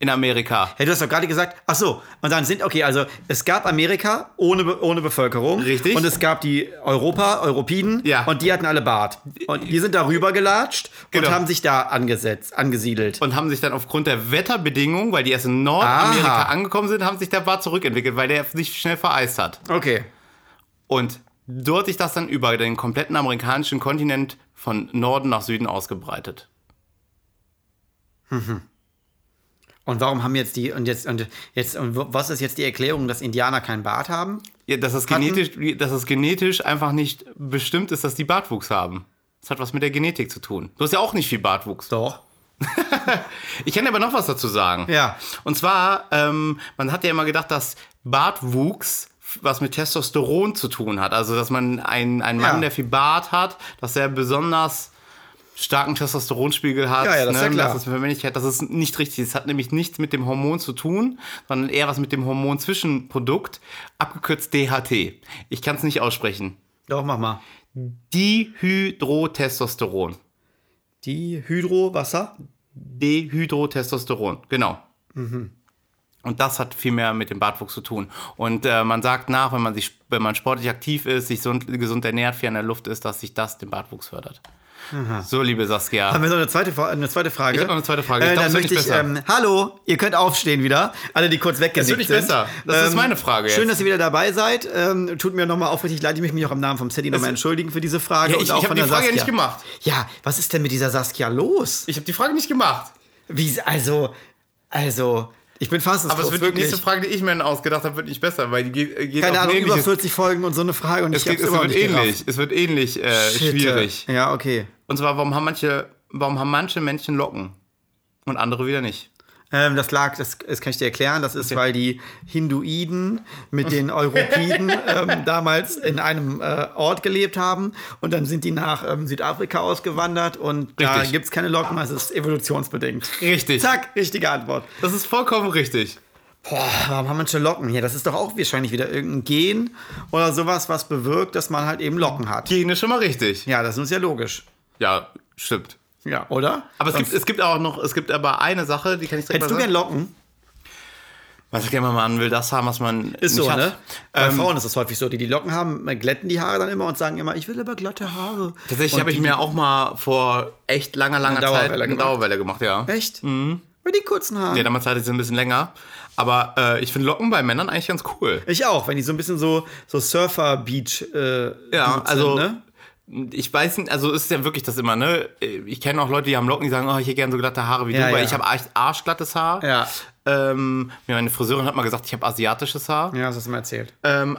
A: in Amerika.
B: Hey, du hast doch gerade gesagt, ach so, und dann sind, okay, also es gab Amerika ohne, Be- ohne Bevölkerung.
A: Richtig.
B: Und es gab die Europa, Europiden.
A: Ja.
B: Und die hatten alle Bart. Und die sind da rüber gelatscht
A: Genau.
B: und haben sich da angesetzt, angesiedelt.
A: Und haben sich dann aufgrund der Wetterbedingungen, weil die erst in Nordamerika
B: Aha.
A: angekommen sind, haben sich der Bart zurückentwickelt, weil der sich schnell vereist hat.
B: Okay.
A: Und dort sich das dann über den kompletten amerikanischen Kontinent von Norden nach Süden ausgebreitet.
B: Und warum haben jetzt die, und jetzt, und jetzt, und wo- was ist jetzt die Erklärung, dass Indianer keinen Bart haben?
A: Ja, dass das, genetisch, dass das genetisch einfach nicht bestimmt ist, dass die Bartwuchs haben. Das hat was mit der Genetik zu tun. Du hast ja auch nicht viel Bartwuchs.
B: Doch.
A: Ich kann dir aber noch was dazu sagen.
B: Ja.
A: Und zwar, ähm, man hat ja immer gedacht, dass Bartwuchs was mit Testosteron zu tun hat. Also, dass man einen, einen Mann,
B: Ja.
A: der viel Bart hat, dass er besonders starken Testosteronspiegel hat.
B: Ja, ja, das ist ja klar.
A: Das ist für Männlichkeit, das ist nicht richtig. Das hat nämlich nichts mit dem Hormon zu tun, sondern eher was mit dem Hormonzwischenprodukt, abgekürzt DHT. Ich kann es nicht aussprechen.
B: Doch, mach mal.
A: Dihydrotestosteron.
B: Die Hydrowasser?
A: Dehydrotestosteron, genau.
B: Mhm.
A: Und das hat viel mehr mit dem Bartwuchs zu tun. Und äh, man sagt nach, wenn man sich, wenn man sportlich aktiv ist, sich gesund, gesund ernährt, viel an der Luft ist, dass sich das den Bartwuchs fördert. So, liebe Saskia.
B: Haben wir so eine zweite, Fra- eine zweite Frage? Ich
A: hab noch eine zweite Frage. Ich
B: Äh,
A: glaub, es
B: dann
A: wird nicht
B: möchte ich, ähm, hallo, ihr könnt aufstehen wieder. Alle, die kurz weggenickt
A: wird nicht
B: sind. Ähm,
A: besser. Das ist meine Frage jetzt.
B: Schön, dass ihr wieder dabei seid. Ähm, tut mir nochmal aufrichtig leid. Ich möchte mich auch im Namen vom Sadie nochmal entschuldigen für diese Frage.
A: Ja,
B: und
A: ich-
B: auch
A: ich hab
B: von
A: die
B: der
A: Frage ja
B: Saskia.
A: nicht gemacht.
B: Ja, was ist denn mit dieser Saskia los?
A: Ich habe die Frage nicht gemacht.
B: Wie, also, also, ich bin fast
A: Aber es wird die nächste Frage, die ich mir dann ausgedacht habe, wird nicht besser, weil die geht, geht
B: Keine
A: auf ein
B: Ahnung, über
A: ähnliches-
B: 40 Folgen und so eine Frage. Und
A: es,
B: ich
A: geht,
B: hab's
A: es
B: immer noch
A: wird
B: nicht gerafft.
A: ähnlich. Es wird ähnlich äh,
B: Shit.
A: schwierig.
B: Ja, okay.
A: Und zwar, warum haben manche, warum haben manche Menschen Locken und andere wieder nicht?
B: Ähm, das lag, das, das kann ich dir erklären, das ist, weil die Hinduiden mit den
A: [laughs]
B: Europiden ähm, damals in einem äh, Ort gelebt haben und dann sind die nach ähm, Südafrika ausgewandert und da
A: Richtig.
B: gibt es keine Locken, das ist evolutionsbedingt.
A: Richtig.
B: Zack, richtige Antwort.
A: Das ist vollkommen richtig.
B: Boah, warum haben manche Locken hier? Das ist doch auch wahrscheinlich wieder irgendein Gen oder sowas, was bewirkt, dass man halt eben Locken hat.
A: Gene ist schon mal richtig.
B: Ja, das ist ja logisch.
A: Ja, stimmt.
B: Ja, oder?
A: Aber es gibt, es gibt auch noch, es gibt aber eine Sache, die kann ich direkt
B: Hättest du
A: mal
B: gern
A: sagen.
B: Locken?
A: Was gerne man will das haben, was man
B: Ist
A: nicht
B: so,
A: hat.
B: ne? Bei
A: Ähm,
B: Frauen ist das häufig so, die die Locken haben, äh, glätten die Haare dann immer und sagen immer, ich will aber glatte Haare.
A: Tatsächlich habe ich mir auch mal vor echt langer, langer
B: Eine Dauerwelle
A: Zeit eine
B: gemacht.
A: Dauerwelle gemacht, ja.
B: [laughs] Echt? Mhm. Mit den kurzen Haaren.
A: Ja, damals hatte ich sie ein bisschen länger. Aber äh, ich finde Locken bei Männern eigentlich ganz cool.
B: ich auch, wenn die so ein bisschen so, so Surfer-Beach. Äh,
A: Ja,
B: Dudes
A: also
B: Sind, ne?
A: ich weiß nicht, also ist ja wirklich das immer, ne? Ich kenne auch Leute, die haben Locken, die sagen, oh, ich hätte gerne so glatte Haare wie
B: Ja,
A: du, weil
B: ja.
A: ich habe echt arschglattes Haar.
B: Ja.
A: Ähm, mir meine Friseurin hat mal gesagt, ich habe asiatisches Haar.
B: Ja, das hast du mir erzählt.
A: Ähm,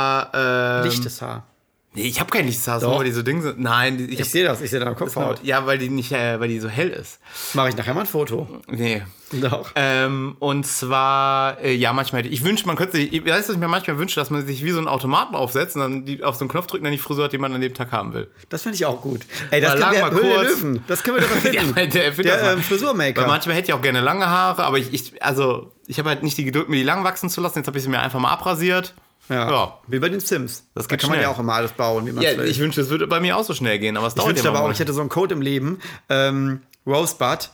A: aber. Ähm,
B: Lichtes Haar.
A: Nee, ich habe kein lichtes Haar, so,
B: Doch.
A: weil die so Ding sind. Nein, die- ich
B: Ich
A: hab,
B: sehe das, ich sehe deine Kopfhaut.
A: ja, weil die nicht, äh, weil die so hell ist.
B: Mache ich nachher mal ein Foto.
A: Nee.
B: Doch.
A: Ähm, und zwar, äh, ja, manchmal, hätte ich wünsche, man könnte sich, ich weiß, dass ich mir manchmal wünsche, dass man sich wie so einen Automaten aufsetzt und dann die, auf so einen Knopf drückt und dann die Frisur hat, die man an dem Tag haben
B: [laughs]
A: will.
B: Das finde ich auch gut. Ey, das
A: Mal
B: können wir
A: lang, mal
B: Höhle der
A: kurz.
B: Löwen. Das können wir doch
A: [laughs]
B: erfinden.
A: weil der erfindet das
B: der
A: mal.
B: ähm, Frisurmaker.
A: Weil manchmal hätte ich auch gerne lange Haare, aber ich, ich also, ich habe halt nicht die Geduld, mir die lang wachsen zu lassen. Jetzt habe ich sie mir einfach mal abrasiert. ja.
B: Wie bei den Sims.
A: Das
B: da
A: geht
B: kann man
A: schnell.
B: ja auch immer alles bauen, wie man
A: Ja,
B: will.
A: ich wünsche, es würde bei mir auch so schnell gehen, aber es
B: Ich
A: dauert
B: wünschte
A: immer.
B: aber [laughs] auch, ich hätte so einen Code im Leben. Ähm, Rosebud.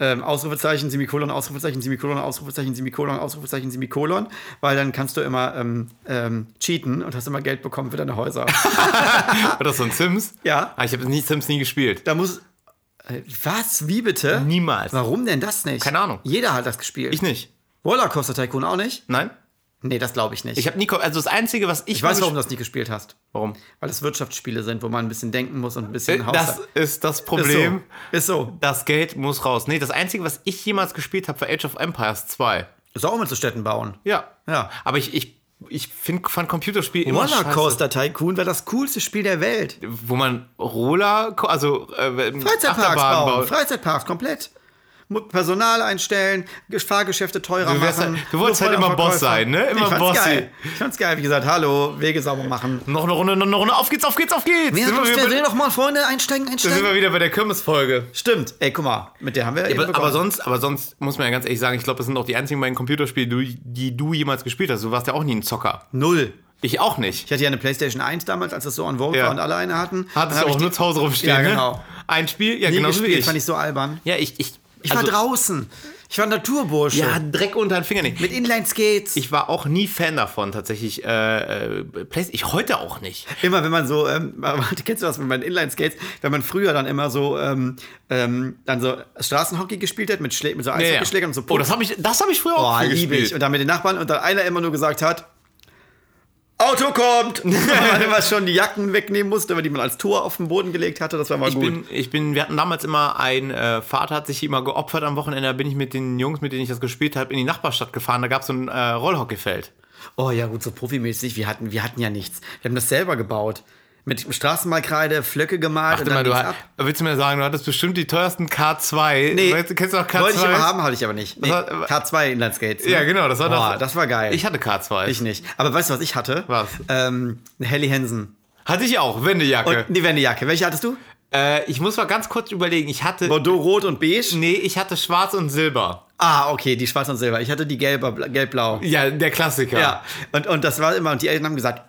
B: Ähm, Ausrufezeichen, Semikolon, Ausrufezeichen, Semikolon, Ausrufezeichen, Semikolon, Ausrufezeichen, Semikolon, weil dann kannst du immer ähm, ähm, cheaten und hast immer Geld bekommen für deine
A: [laughs] [laughs]
B: Häuser.
A: War das so ein Sims?
B: Ja.
A: Ah, ich habe nie, Sims nie gespielt.
B: da muss. Äh, was? Wie bitte?
A: Niemals.
B: Warum denn das nicht?
A: Keine Ahnung.
B: Jeder hat das gespielt.
A: Ich nicht.
B: Rollercoaster Tycoon auch nicht?
A: Nein?
B: Nee, das glaube ich nicht.
A: Ich habe nie, ko- also das Einzige, was ich,
B: ich weiß,
A: mal
B: warum du das nicht gespielt hast.
A: gespielt- warum.
B: Weil das Wirtschaftsspiele sind, wo man ein bisschen denken muss und ein bisschen
A: Äh, Das ist das Problem.
B: Ist so. Ist so.
A: Das Geld muss raus. Nee, das Einzige, was ich jemals gespielt habe, war Age of Empires 2.
B: Ist auch mit zu Städten bauen.
A: Ja.
B: Ja.
A: Aber ich, ich, ich find, fand Computerspiel immer Oh, scheiße.
B: Rollercoaster Tycoon war das coolste Spiel der Welt.
A: Wo man Roller, also äh,
B: Freizeitparks
A: Achterbahn
B: bauen,
A: baut.
B: Freizeitparks komplett. Mu- Personal einstellen, Ge- Fahrgeschäfte teurer
A: Du wärst
B: machen.
A: halt- du wolltest halt immer Boss
B: Luftballonverkäufer.
A: sein, ne? Immer
B: ich fand's
A: Bossy.
B: Geil. Ich fand's geil, wie gesagt, hallo, Wege sauber machen.
A: Noch eine Runde, noch eine Runde. Auf geht's, auf geht's, auf geht's.
B: Ja,
A: sind, wir
B: los,
A: wieder,
B: dreh
A: bei-
B: doch mal vorne, einsteigen,
A: da sind
B: einsteigen.
A: wir wieder bei der Kirmesfolge.
B: Stimmt, ey, guck mal, mit der haben wir ja, eben
A: Aber, aber,
B: begonnen.
A: sonst, aber sonst muss man ja ganz ehrlich sagen, ich glaube, das sind auch die einzigen beiden Computerspiele, die, die du jemals gespielt hast. Du warst ja auch nie ein Zocker.
B: Null.
A: Ich auch nicht.
B: Ich hatte ja eine Playstation 1 damals, als das so on vogue
A: Ja.
B: war und alle eine hatten.
A: Hattest
B: Dann
A: du
B: hab
A: auch
B: ich
A: nur
B: die
A: zu Hause rumstehen,
B: Ja,
A: ne?
B: genau.
A: Ein Spiel? Ja,
B: nie
A: genau so wie
B: gespielt,
A: ich.
B: fand ich so albern.
A: Ja, ich, ich,
B: Ich war draußen. Ich war ein Naturbursche.
A: Ja, Dreck unter den Fingernägeln.
B: Mit Inline-Skates.
A: Ich war auch nie Fan davon, tatsächlich. Äh, äh, Play- ich heute auch nicht.
B: Immer wenn man so, ähm, [laughs] warte, kennst du das mit meinen Inline-Skates? Wenn man früher dann immer so, ähm, ähm, dann so Straßenhockey gespielt hat mit, Schlä mit so Eishockeyschlägern und so
A: oh, das habe ich, das hab ich früher auch
B: Boah,
A: viel
B: liebe ich.
A: gespielt.
B: Und dann mit den Nachbarn und dann einer immer nur gesagt hat,
A: [laughs]
B: Auto kommt! Weil man immer schon die Jacken wegnehmen musste, weil die man als Tor auf den Boden gelegt hatte. Das war mal
A: Ich
B: gut.
A: bin, ich bin, wir hatten damals immer ein äh, Vater hat sich immer geopfert am Wochenende. Da bin ich mit den Jungs, mit denen ich das gespielt habe, in die Nachbarstadt gefahren. Da gab es so ein äh, Rollhockeyfeld.
B: Oh ja, gut, so profimäßig. Wir hatten, wir hatten ja nichts. Wir haben das selber gebaut. Mit Straßenmalkreide, Flöcke gemalt
A: Warte mal, du
B: ging's
A: hast, willst du mir sagen, du hattest bestimmt die teuersten K2.
B: Nee.
A: Weißt du, kennst du noch K2?
B: Wollte ich immer haben, hatte ich aber nicht. Nee,
A: war-
B: K2 Inlineskates. Ne?
A: Ja, genau, das war
B: Boah,
A: das.
B: das war geil.
A: Ich hatte K2.
B: Ich nicht. Aber weißt du, was ich hatte?
A: Was?
B: Ähm, eine Helly Hansen.
A: hatte ich auch, Wendejacke.
B: Und die Wendejacke. Welche hattest du?
A: Äh, ich muss mal ganz kurz überlegen. Ich hatte.
B: Bordeaux, Rot und Beige?
A: Nee, ich hatte schwarz und silber.
B: Ah, okay, die schwarz und silber. Ich hatte die gelber, bla- gelb-blau.
A: Ja, der Klassiker.
B: Ja. Und, und das war immer, und die Eltern haben gesagt,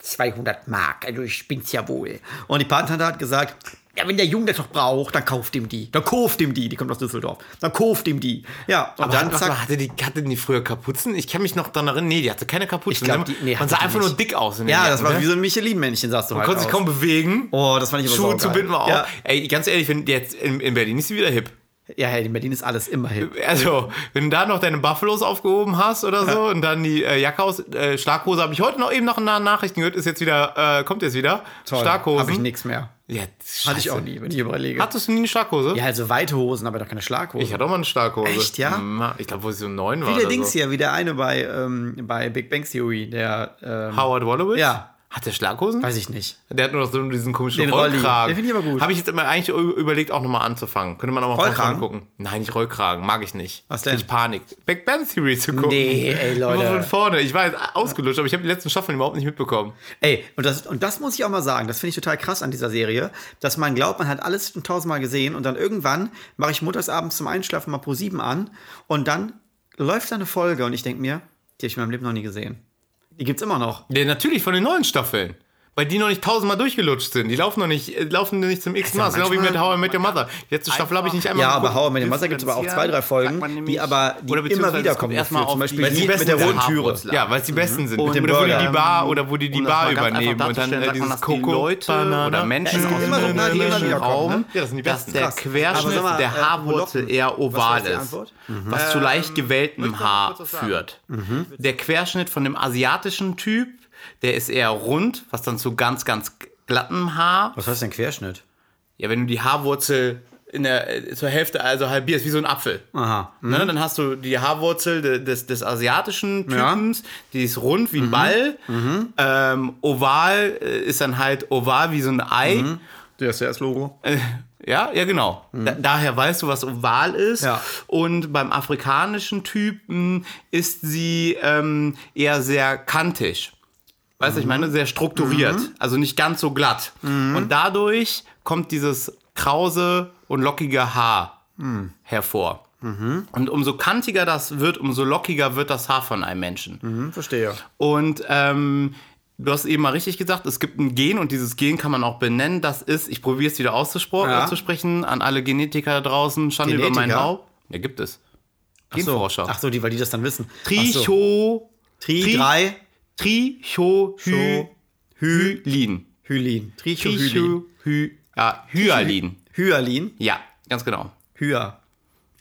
B: 200 Mark, also ich bin's ja wohl. Und die Patentante hat gesagt, ja, wenn der Junge das noch braucht, dann kauft ihm die. Dann kauft ihm die. Die kommt aus Düsseldorf. Dann kauft ihm die. Ja, und
A: Aber
B: dann
A: warte
B: zack.
A: mal, hatte die, hatten die früher Kapuzen? Ich kann mich noch daran erinnern. Nee, die hatte keine Kapuzen. ne?
B: Ich glaub, die- nee,
A: Man
B: hatte
A: sah
B: die
A: einfach nur
B: nicht.
A: dick aus. In den
B: Ja,
A: Jacken,
B: das war
A: ne?
B: wie so ein Michelin-Männchen, sagst du halt
A: Konnte sich
B: aus.
A: kaum bewegen.
B: Oh, das fand ich aber
A: Schuhe
B: saugeil.
A: zu binden war auch.
B: Ja,
A: Ey, ganz ehrlich, wenn die jetzt in, in Berlin ist sie wieder hip.
B: ja hey, in Berlin ist alles immer hip.
A: Also, wenn du da noch deine Buffalos aufgehoben hast oder so und dann die äh, Jacke aus, äh, Schlaghose, habe ich heute noch eben noch in den Nachrichten gehört, ist jetzt wieder, äh, kommt jetzt wieder. Schlaghosen.
B: Habe ich nichts mehr.
A: Ja,
B: Hatte ich
A: scheiße.
B: auch nie, wenn ich überlege.
A: Hattest du nie eine Schlaghose?
B: ja, also weite Hosen, aber doch keine Schlaghose.
A: Ich hatte auch mal eine Schlaghose.
B: Echt, ja?
A: Ma- Ich glaube, wo ich so neun war.
B: wie der
A: oder
B: Dings
A: so.
B: hier, wie der eine bei, ähm, bei Big Bang Theory, der, ähm,
A: Howard Wolowitz?
B: Ja.
A: Hat der Schlaghosen?
B: weiß ich nicht.
A: Der hat nur noch so diesen komischen
B: Den Rolli.
A: Rollkragen.
B: Den find ich aber gut.
A: Habe ich jetzt immer eigentlich ü- überlegt, auch nochmal anzufangen. Könnte man auch mal von
B: Rollkragen?
A: vorne gucken. Nein, nicht Rollkragen. Mag ich nicht.
B: Was denn?
A: Ich Panik. Back Band Theory zu gucken.
B: Nee, ey, Leute.
A: Immer von vorne. Ich war jetzt ausgelutscht, aber ich habe die letzten Staffeln überhaupt nicht mitbekommen.
B: Ey, und das, und das muss ich auch mal sagen, das finde ich total krass an dieser Serie, dass man glaubt, man hat alles schon tausendmal gesehen und dann irgendwann mache ich montagsabends zum Einschlafen mal pro sieben an und dann läuft da eine Folge und ich denke mir, die habe ich in meinem Leben noch nie gesehen. Die gibt's immer noch.
A: Ja, natürlich von den neuen Staffeln. Weil die noch nicht tausendmal durchgelutscht sind. Die laufen noch nicht, äh, laufen nicht zum x-mal. Das ist genau wie mit
B: manchmal-
A: How I Met Your Mother. Die letzte Staffel habe ich nicht einmal
B: Ja, aber
A: geguckt.
B: How I Met Your Mother gibt's aber auch zwei, drei Folgen,
A: Sagt man nämlich-
B: die aber die
A: Oder
B: immer
A: beziehungsweise
B: wieder
A: es kommt
B: kommen.
A: erstmal auf
B: zum Beispiel
A: die-
B: die, mit der hohen Türe.
A: Ja, weil es
D: Mhm.
A: die Besten sind.
B: dem
A: oder wo die
B: Burger.
A: die Bar, oder wo die die
D: Um das
A: Bar
D: mal ganz
A: übernehmen
D: einfach
A: und dann
D: darzustellen,
A: äh,
D: sagt man,
A: dieses
D: dass die
A: Coco
D: Leute
A: oder
D: oder
A: Menschen
D: Menschen
A: aus dem
D: aus dem
B: Menschen
A: Raum,
B: Raum,
A: ja, das sind die
D: dass
A: Besten.
D: der
B: Aber
D: Querschnitt
B: sag mal, äh,
D: der Haarwurzel
B: Locken,
D: eher
B: war
D: oval
B: jetzt die
D: ist,
B: Antwort?
A: Äh,
D: was zu leicht gewelltem Haar führt.
A: Mhm.
D: Mhm. Der Querschnitt von dem asiatischen Typ, der ist eher rund, was dann zu ganz, ganz glattem Haar.
B: Was heißt denn Querschnitt?
D: Ja, wenn du die Haarwurzel in der, äh, zur Hälfte also halbierst, wie so ein Apfel.
B: Aha.
D: Ne, dann hast du die Haarwurzel de- des, des asiatischen Typens, die ist rund wie ein Ball. Ähm, oval äh, ist dann halt oval wie so ein Ei.
B: DSDS-Logo.
D: Ja, ja, genau. Da, daher weißt du, was oval ist.
B: Ja.
D: Und beim afrikanischen Typen ist sie ähm, eher sehr kantig. Weißt du, ich meine, sehr strukturiert. Also nicht ganz so glatt. Und dadurch kommt dieses krause und lockige Haar hervor. Und umso kantiger das wird, umso lockiger wird das Haar von einem Menschen.
B: Hm, Verstehe.
D: Und ähm, du hast eben mal richtig gesagt, es gibt ein Gen und dieses Gen kann man auch benennen. Das ist, ich probiere es wieder auszusprechen,
B: Ja.
D: auszusprechen an alle Genetiker da draußen, Schande über meinen
B: Genetiker?
D: Haupt. Ja, gibt es.
B: So.
D: Genforscher.
B: Ach so, die, weil die das dann wissen. Ach so.
D: Tricho,
B: Tri,
D: Tri-
B: drei,
D: Trichohy- Hylin.
B: Hylin. Trichohylin.
D: Trichohy- ja, Hyalin.
B: Hyalin.
D: Ja, ganz genau.
B: Hya.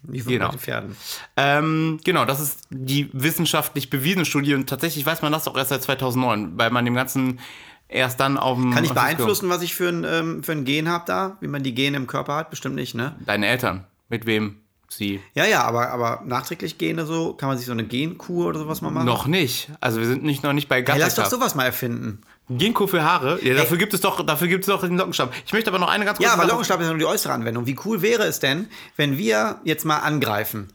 B: Nicht so
D: Genau.
B: mit den Pferden.
D: Ähm, genau, das ist die wissenschaftlich bewiesene Studie und tatsächlich weiß man das auch erst seit 2009, weil man dem Ganzen erst dann auf dem.
B: Kann ich
D: auf das-
B: beeinflussen, was ich für ein, ähm, für ein Gen habe da? Wie man die Gene im Körper hat? Bestimmt nicht, ne?
D: Deine Eltern, mit wem sie
B: Ja, ja, aber, aber nachträglich Gene so, kann man sich so eine Genkur oder sowas mal machen?
D: Noch nicht. Also wir sind nicht noch nicht bei
B: Ey,
D: Gattaca.
B: lass doch sowas mal erfinden.
D: Ginkgo für Haare. Ja, dafür gibt es doch, dafür gibt es doch den Lockenstab. Ich möchte aber noch eine ganz kurze
B: Ja, aber
D: Sache-
B: Lockenstab ist ja nur die äußere Anwendung. Wie cool wäre es denn, wenn wir jetzt mal angreifen?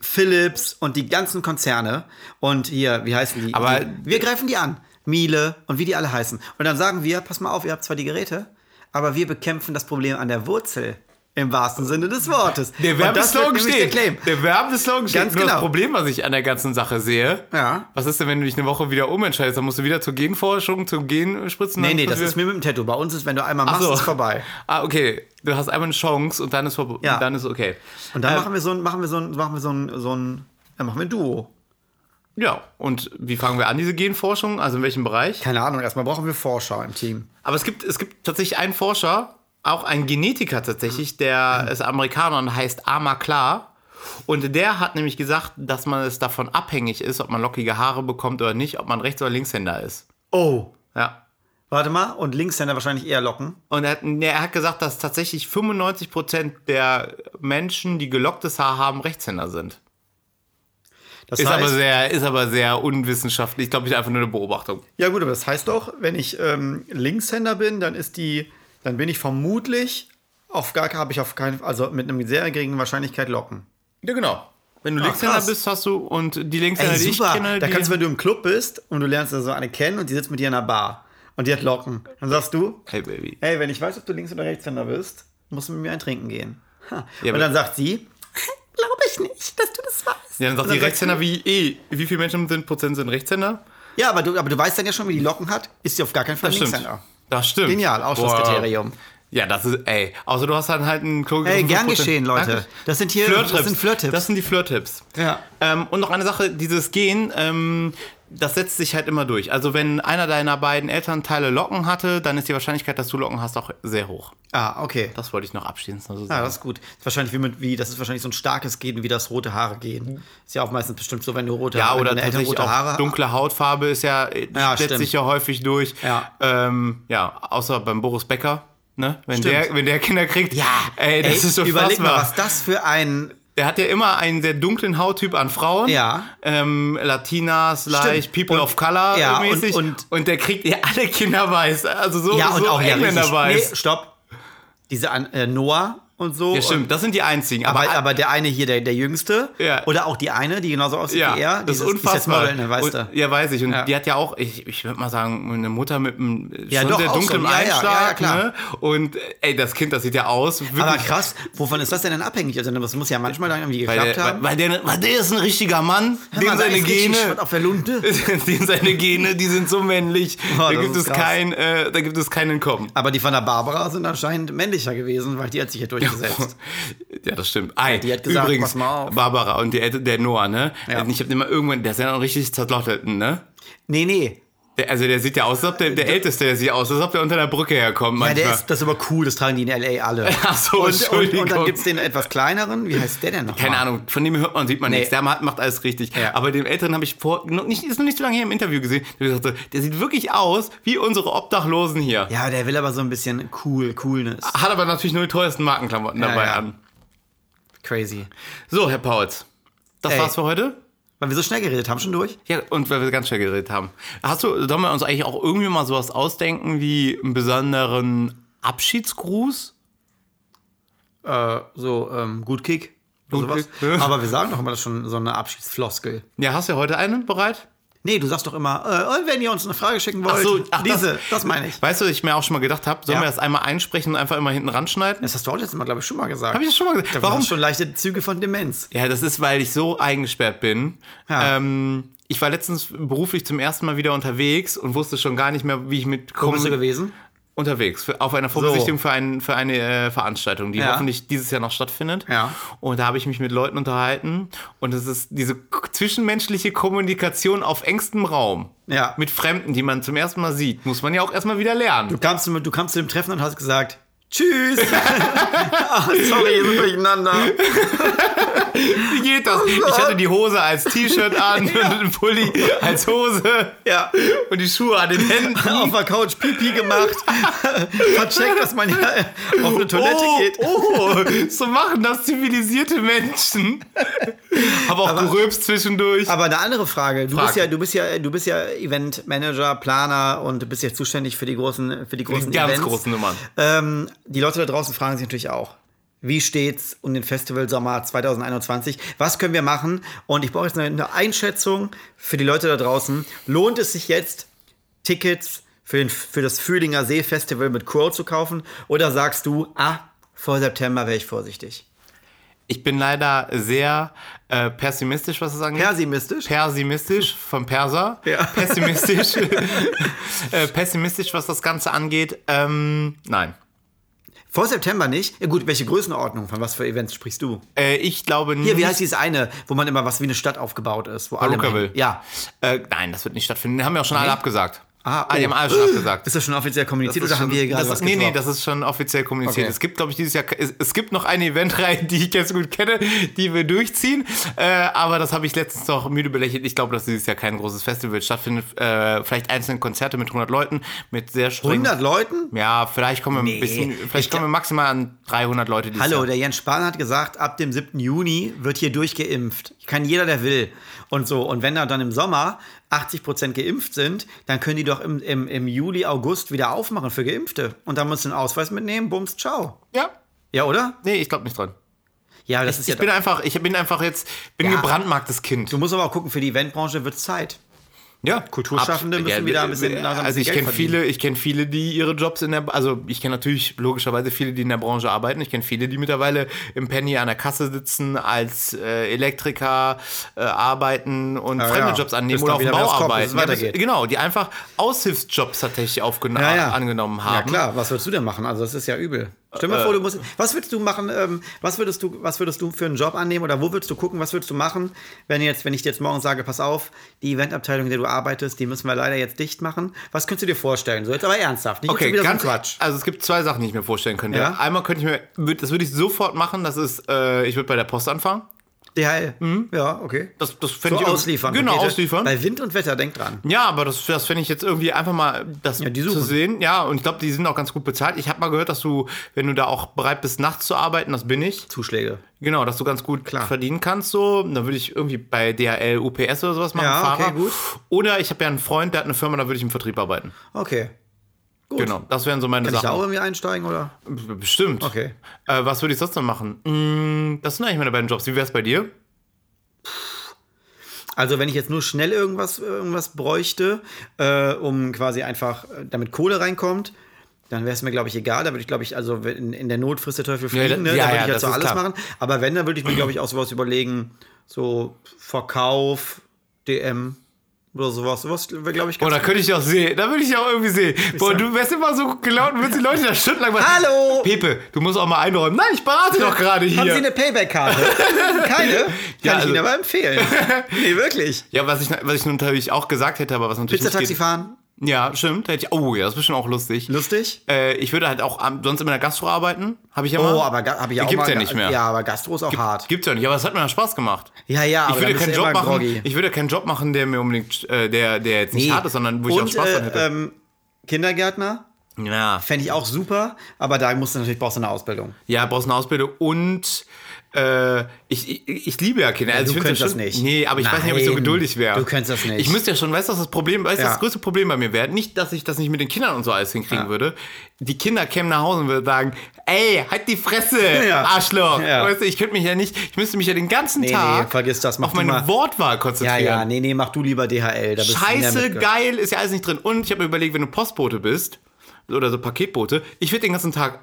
B: Philips und die ganzen Konzerne und hier, wie heißen die?
D: Aber-
B: die, wir greifen die an. Miele und wie die alle heißen. Und dann sagen wir, pass mal auf, ihr habt zwar die Geräte, aber wir bekämpfen das Problem an der Wurzel. Im wahrsten Sinne des Wortes.
A: Der
B: Und
A: Werbeslogan
B: wird nämlich
A: steht.
B: Der Claim.
A: Der Werbeslogan steht.
B: Ganz
A: Nur das
B: genau.
A: Problem, was ich an der ganzen Sache sehe,
B: Ja.
A: was ist denn, wenn du dich eine Woche wieder umentscheidest? Dann musst du wieder zur Genforschung, zur Genspritzen.
B: Nee,
A: dann
B: nee,
A: musst
B: das
A: du
B: ist
A: wieder-
B: mir mit dem Tattoo. Bei uns ist, wenn du einmal machst,
A: so.
B: ist vorbei.
A: Ah, okay. Du hast einmal eine Chance und dann ist vorbei.
B: Ja.
A: Und dann ist okay.
B: Und dann
A: Ähm,
B: machen wir so ein, machen wir so ein, machen wir so ein, so ein, dann machen wir ein Duo.
A: Ja. Und wie fangen wir an, diese Genforschung? Also in welchem Bereich?
B: Keine Ahnung, erstmal brauchen wir Forscher im Team.
A: Aber es gibt, es gibt tatsächlich einen Forscher, auch einen Genetiker tatsächlich, der ist Amerikaner und heißt Ama Klar. Und der hat nämlich gesagt, dass man es davon abhängig ist, ob man lockige Haare bekommt oder nicht, ob man Rechts- oder Linkshänder ist.
B: Oh.
A: Ja.
B: Warte mal, und Linkshänder wahrscheinlich eher locken.
A: Und er hat, nee, er hat gesagt, dass tatsächlich 95% der Menschen, die gelocktes Haar haben, Rechtshänder sind.
B: Das
A: Ist
B: heißt,
A: aber, sehr, ist aber sehr unwissenschaftlich. Ich glaube, ist einfach nur eine Beobachtung.
B: ja gut, aber das heißt doch, wenn ich ähm, Linkshänder bin, dann ist die, dann bin ich vermutlich auf gar habe ich auf keinen, also mit einer sehr geringen Wahrscheinlichkeit locken.
A: Ja, genau. Wenn du
B: Ach,
A: Linkshänder
B: Ah, krass.
A: bist, hast du und die Linkshänder,
B: Ey,
A: die ich
B: super.
A: kenne,
B: Da
A: die
B: kannst du, wenn du im Club bist und du lernst da so eine kennen und die sitzt mit dir in einer Bar und die hat Locken, dann sagst du,
A: Hey Baby.
B: hey, wenn ich weiß, ob du Links- oder Rechtshänder bist, musst du mit mir ein Trinken gehen. Ha.
A: aber-
B: und dann sagt sie, glaube ich nicht, dass du das weißt.
A: Ja, dann sagt
B: Und
A: die
B: sagst
A: Rechtshänder
B: du,
A: wie eh, wie viele Menschen sind Prozent sind Rechtshänder?
B: Ja, aber du, aber du weißt dann ja schon, wie die Locken hat, ist sie auf gar keinen Fall Linkshänder.
A: Das stimmt.
B: Genial, Ausschlusskriterium.
A: Boah. Ja, das ist, ey. Außer du hast dann halt einen Klo
B: Ey, gern geschehen, Leute. Das sind hier,
A: Flirt
B: das sind Flirt-Tipps.
A: Das sind die Flirt-Tipps.
B: Ja.
A: Ähm, und noch eine Sache, dieses Gen, ähm, das setzt sich halt immer durch. Also wenn einer deiner beiden Elternteile Locken hatte, dann ist die Wahrscheinlichkeit, dass du Locken hast, auch sehr hoch.
B: Ah, okay.
A: Das wollte ich noch abschließend so sagen.
B: Ja, das ist gut. Das ist wahrscheinlich wie, mit, wie das ist wahrscheinlich so ein starkes Gehen wie das rote Haare gehen. Ist ja auch meistens bestimmt so, wenn du rote
A: Ja,
B: Haare,
A: oder
B: wenn deine Eltern
A: tatsächlich auch dunkle Hautfarbe ist ja, äh,
B: Ja,
A: setzt
B: stimmt.
A: sich ja häufig durch.
B: Ja.
A: Ähm, ja, außer beim Boris Becker. Ne? Wenn,
B: Stimmt.
A: der, wenn der Kinder kriegt,
B: Ja,
A: ey, das ist so
B: Ah, überleg mal, was
A: fassbar.
B: das für ein
A: Der hat ja immer einen sehr dunklen Hauttyp an Frauen.
B: Ja.
A: Ähm, Latinas, leicht, People of Color
B: ja, und-
A: mäßig.
B: und-
A: der kriegt ja alle Kinder weiß. Also so,
B: Ja, und
A: so
B: auch ja,
A: Engländer
B: richtig.
A: weiß.
B: Nee, stopp. Diese An äh, Noah und so.
A: ja, stimmt, das sind die einzigen.
B: Und,
A: Aber,
B: aber, aber der eine hier, der, der Jüngste.
A: Ja.
B: Oder auch die eine, die genauso aussieht
A: ja,
B: wie er.
A: das ist
B: dieses-
A: unfassbar.
B: Ist jetzt Model, ne,
A: und,
B: weißt
A: [laughs]
B: du.
A: ja, weiß ich. Und
B: Ja.
A: die hat ja auch, ich, ich würde mal sagen, eine Mutter mit einem äh,
B: Ja,
A: schon
B: doch,
A: sehr
B: auch
A: dunklem
B: so. Ja, ja, ja,
A: Einschlag.
B: ja, klar.
A: Ne? Und äh, ey, das Kind, das sieht ja aus. Wirklich,
B: Aber krass, wovon ist das denn dann abhängig? Also, das muss ja manchmal dann irgendwie
A: weil
B: geklappt
A: der, äh, weil,
B: haben.
A: weil, der, weil der ist ein richtiger Mann. dem seine Gene. [laughs]
B: auf der Lunte.
A: dem seine Gene, die sind so männlich. da,
B: das
A: gibt
B: ist
A: es
B: krass.
A: kein, äh, da gibt es kein Entkommen.
B: Aber die von der Barbara sind anscheinend männlicher gewesen, weil die hat sich ja durchgesetzt.
A: [laughs] Ja, das stimmt. Ei,
B: die hat gesagt,
A: übrigens,
B: pass mal auf.
A: Barbara und die, El- der Noah, ne?
B: Ja.
A: Ich habe immer irgendwann, der ist ja noch richtig zerlottelt, ne?
B: nee, nee.
A: Der, also der sieht ja aus, als ob der,
B: [laughs]
A: der Älteste, der sieht aus, als ob der unter der Brücke herkommt
B: Ja,
A: manchmal.
B: der ist, das ist aber cool, das tragen die in L.A. alle.
A: [laughs] Ach so,
B: und, und, und dann
A: Entschuldigung.
B: gibt es den etwas kleineren. Wie heißt der denn noch?
A: Keine Ahnung, von dem hört man, sieht man
B: Nee.
A: nichts. Der macht macht alles richtig.
B: Ja.
A: Aber dem Älteren habe ich vor, noch nicht, ist noch nicht so lange hier im Interview gesehen, der gesagt hat, der sieht wirklich aus wie unsere Obdachlosen hier.
B: Ja, der will aber so ein bisschen cool, Coolness.
A: Hat aber natürlich nur die teuersten Markenklamotten
B: Ja,
A: dabei
B: ja.
A: an.
B: Crazy.
A: So, Herr Pauls, das
B: Ey.
A: war's für heute.
B: Weil wir so schnell geredet haben, schon durch?
A: Ja, und weil wir ganz schnell geredet haben. Hast du, sollen wir uns eigentlich auch irgendwie mal sowas ausdenken wie einen besonderen Abschiedsgruß?
B: Äh, so, ähm, gut Kick.
A: Gut
B: sowas.
A: Kick. ne?
B: Aber wir sagen doch immer das ist schon so eine Abschiedsfloskel.
A: Ja, hast du ja heute einen bereit?
B: Nee, du sagst doch immer, äh, und wenn ihr uns eine Frage schicken wollt,
A: so, ach, das-
B: diese, das, meine ich.
A: Weißt du, was ich mir auch schon mal gedacht habe, sollen
B: Ja.
A: wir das einmal einsprechen und einfach immer hinten ranschneiden?
B: Das hast du auch letztes Mal, glaube ich, schon mal gesagt.
A: Hab ich das schon mal gesagt?
B: Warum
A: Warum
B: schon leichte Züge von Demenz?
A: Ja, das ist, weil ich so eingesperrt bin.
B: Ja.
A: Ähm, ich war letztens beruflich zum ersten Mal wieder unterwegs und wusste schon gar nicht mehr, wie ich mit
B: Wo bist du
A: Kommen-
B: gewesen?
A: unterwegs für, auf einer Vorbesichtigung für, ein, für eine äh, Veranstaltung, die
B: Ja.
A: hoffentlich dieses Jahr noch stattfindet.
B: Ja.
A: Und da habe ich mich mit Leuten unterhalten und es ist diese k- zwischenmenschliche Kommunikation auf engstem Raum
B: Ja.
A: mit Fremden, die man zum ersten Mal sieht, muss man ja auch erstmal wieder lernen.
B: Du kamst, du kamst zu dem Treffen und hast gesagt, tschüss. [laughs] Ah, sorry, so durcheinander.
A: Wie geht das?
B: [laughs]
A: Ich hatte die Hose als T-Shirt an und [laughs] den Pulli als Hose
B: Ja.
A: und die Schuhe an den Händen.
B: [laughs] Auf der Couch Pipi gemacht. [laughs] Vercheckt, dass man ja äh, auf eine Toilette
A: oh,
B: geht.
A: oh, so machen das zivilisierte
B: [laughs]
A: Menschen. Habe auch gerülpst zwischendurch.
B: Aber eine andere Frage. Du
A: Frage.
B: bist ja, du bist ja, du bist ja Eventmanager, Planer und du bist ja zuständig für die großen, für die großen
A: ganz
B: Events.
A: großen Nummern.
B: Ähm, die Leute da draußen fragen sich natürlich auch. Wie steht's um den Festival Sommer 2021? Was können wir machen? Und ich brauche jetzt eine- eine Einschätzung für die Leute da draußen. Lohnt es sich jetzt, Tickets für, den, für das Fühlinger See Festival mit Crow zu kaufen? Oder sagst du, ah, vor September wäre ich vorsichtig.
A: Ich bin leider sehr äh, pessimistisch, was das angeht.
B: Pessimistisch?
A: Pessimistisch vom Perser. [laughs]
B: Ja. [laughs]
A: Pessimistisch. äh, pessimistisch, was das Ganze angeht. Ähm, nein.
B: Vor September nicht? Ja, gut, welche Größenordnung? Von was für Events sprichst du?
A: Äh, ich glaube nicht.
B: Hier, wie heißt dieses eine, wo man immer was wie eine Stadt aufgebaut ist? Wo alle
A: Barokaville.
B: Ja.
A: äh, nein, das wird nicht stattfinden. Haben ja auch schon alle abgesagt.
B: Ah,
A: Die
B: oh.
A: haben alle schon abgesagt.
B: Ist das schon offiziell kommuniziert oder haben wir hier gerade
A: das
B: was
A: ist, nee, nee,
B: gedroppt?
A: das ist schon offiziell kommuniziert.
B: Okay.
A: Es gibt, glaube ich, dieses Jahr, es, es gibt noch eine Eventreihe, die ich ganz gut kenne, die wir durchziehen. Äh, aber das habe ich letztens noch müde belächelt. Ich glaube, dass dieses Jahr kein großes Festival stattfindet. Äh, vielleicht einzelne Konzerte mit 100 Leuten, mit sehr strengen
B: 100 Leuten?
A: Ja, vielleicht kommen wir ein
B: Nee,
A: bisschen,
B: ich
A: vielleicht kommen wir maximal an 300 Leute dieses
B: Hallo,
A: Jahr.
B: der Jens Spahn hat gesagt, ab dem 7. Juni wird hier durchgeimpft. Kann jeder, der will. Und so. Und wenn da dann im Sommer 80 Prozent geimpft sind, dann können die doch im, im, im Juli, August wieder aufmachen für Geimpfte. Und dann musst du einen Ausweis mitnehmen, bums, ciao.
A: Ja.
B: Ja, oder?
A: Nee, ich glaube nicht dran.
B: Ja, das ist ja.
A: Ich bin einfach, ich bin einfach jetzt, bin
B: Ja.
A: gebrandmarktes Kind.
B: du musst aber auch gucken, für die Eventbranche wird Zeit.
A: Ja,
B: Kulturschaffende müssen wieder ein bisschen langsam ein
A: Also
B: bisschen
A: ich
B: Geld
A: kenne
B: verdienen.
A: viele, ich kenne viele, die ihre Jobs in der, also ich kenne natürlich logischerweise viele, die in der Branche arbeiten. Ich kenne viele, die mittlerweile im Penny an der Kasse sitzen, als äh, Elektriker äh, arbeiten und fremde
B: Ah, ja.
A: Jobs annehmen
B: Bis
A: oder
B: dann
A: auf dem
B: wieder
A: Bau
B: was kommt, bis es
A: arbeiten. Ja, das-
B: weitergeht.
A: genau, die einfach Aushilfsjobs tatsächlich aufgena- angenommen haben. Äh,
B: Ja klar, was würdest du denn machen? Also das ist ja übel. Stell dir mal vor, du musst. Was würdest du machen? Ähm, was würdest du, was würdest du für einen Job annehmen oder wo würdest du gucken? Was würdest du machen, wenn jetzt, wenn ich dir jetzt morgen sage, pass auf, die Eventabteilung, in der du arbeitest, die müssen wir leider jetzt dicht machen. Was könntest du dir vorstellen? So jetzt aber ernsthaft, nicht
A: Okay,
B: jetzt wieder
A: ganz
B: so ein Quatsch.
A: Also es gibt zwei Sachen, die ich mir vorstellen könnte.
B: Ja?
A: Einmal könnte ich mir, würd- das würde ich sofort machen, das ist, äh, ich würde bei der Post anfangen.
B: DHL. Ja, okay.
A: Das, das
B: So
A: fände ich irgendwie-
B: ausliefern.
A: Mhm. Genau,
B: Okay, das-
A: ausliefern.
B: Bei Wind und Wetter, denk dran.
A: Ja, aber das, das fände ich jetzt irgendwie einfach mal das
B: die
A: zu
B: suchen.
A: sehen. Ja, und ich glaube, die sind auch ganz gut bezahlt. Ich habe mal gehört, dass du, wenn du da auch bereit bist, nachts zu arbeiten, das bin ich,
B: Zuschläge.
A: genau, dass du ganz gut verdienen kannst. So, dann würde ich irgendwie bei DHL, UPS oder sowas machen,
B: Ja, okay,
A: Fahrer.
B: gut.
A: Oder ich habe ja einen Freund, der hat eine Firma, da würde ich im Vertrieb arbeiten.
B: Okay. Gut.
A: Genau, das wären so meine
B: Kann ich da auch
A: Sachen.
B: irgendwie einsteigen oder?
A: Bestimmt.
B: Okay.
A: Äh, was würde ich sonst noch machen? Mm, das sind eigentlich meine beiden Jobs. Wie wäre es bei dir?
B: Also wenn ich jetzt nur schnell irgendwas, irgendwas bräuchte, äh, um quasi einfach, äh, damit Kohle reinkommt, dann wäre es mir, glaube ich, egal. Da würde ich, glaube ich, also in, in der Not frisst der Teufel fliegen,
A: da-
B: ne?
A: ja,
B: da
A: ja,
B: würde ich halt
A: das
B: so
A: ist
B: alles
A: klar.
B: machen. Aber wenn, dann würde ich mir, glaube ich, auch sowas überlegen, so Verkauf, DM oder sowas. Sowas wäre, glaube ich, ganz
A: Oder Oh, könnte ich auch sehen? Da würde ich auch irgendwie sehen. Boah, du wärst immer so gut gelaunt und würdest die Leute da stundenlang machen.
B: Hallo!
A: Pepe, du musst auch mal einräumen. Nein, ich berate doch gerade hier.
B: Haben Sie
A: [laughs]
B: eine Payback-Karte? Keine? Kann
A: Ja,
B: ich
A: also-
B: Ihnen aber empfehlen. nee, wirklich.
A: ja, was ich, was ich natürlich auch gesagt hätte, aber was natürlich
B: Pizzataxi
A: geht-
B: fahren,
A: Ja, stimmt. Hätte ich, oh ja, das ist bestimmt auch lustig.
B: lustig.
A: Äh, ich würde halt auch am, sonst immer in der Gastro arbeiten. Habe ich ja mal.
B: Oh, aber habe ich ja auch
A: Gibt's
B: mal.
A: ja nicht mehr.
B: Ja, aber Gastro ist auch hart.
A: Gibt's ja nicht, aber es hat mir ja Spaß gemacht.
B: Ja, ja,
A: Ich
B: aber
A: würde,
B: dann bist
A: keinen
B: du
A: Job
B: immer
A: machen,
B: groggy.
A: ich würde keinen Job machen, der mir unbedingt, äh, der, der jetzt nicht
B: Nee.
A: hart ist, sondern wo ich
B: Und,
A: auch Spaß dran
B: äh,
A: hätte.
B: Ähm, Kindergärtner
A: ja.
B: fände ich auch super, aber da musst du natürlich brauchst du eine Ausbildung.
A: Ja, brauchst eine Ausbildung und äh, ich, ich, ich liebe ja Kinder. Also
B: du
A: ich find's
B: könntest
A: schon-
B: das nicht.
A: Nee, aber ich weiß nicht, ob ich so
B: Nein,
A: geduldig wäre.
B: du könntest das nicht.
A: Ich müsste ja schon, weißt du, was das Problem, weißt du,
B: Ja.
A: das größte Problem bei mir wäre? Nicht, dass ich das nicht mit den Kindern und so alles hinkriegen würde. Die Kinder kämen nach Hause und würden sagen, ey, halt die Fresse,
B: [laughs] Ja.
A: Arschloch.
B: Ja.
A: Weißt du, ich könnte mich ja nicht, ich müsste mich ja den ganzen
B: Nee,
A: Tag
B: nee, vergiss das, mach
A: auf
B: du
A: meine
B: mal.
A: Wortwahl
B: Ja,
A: konzentrieren.
B: ja, nee, nee, mach du lieber DHL. Da bist du mehr
A: Scheiße,
B: mit-
A: geil, ist ja alles nicht drin. Und ich habe mir überlegt, wenn du Postbote bist oder so Paketbote, ich würde den ganzen Tag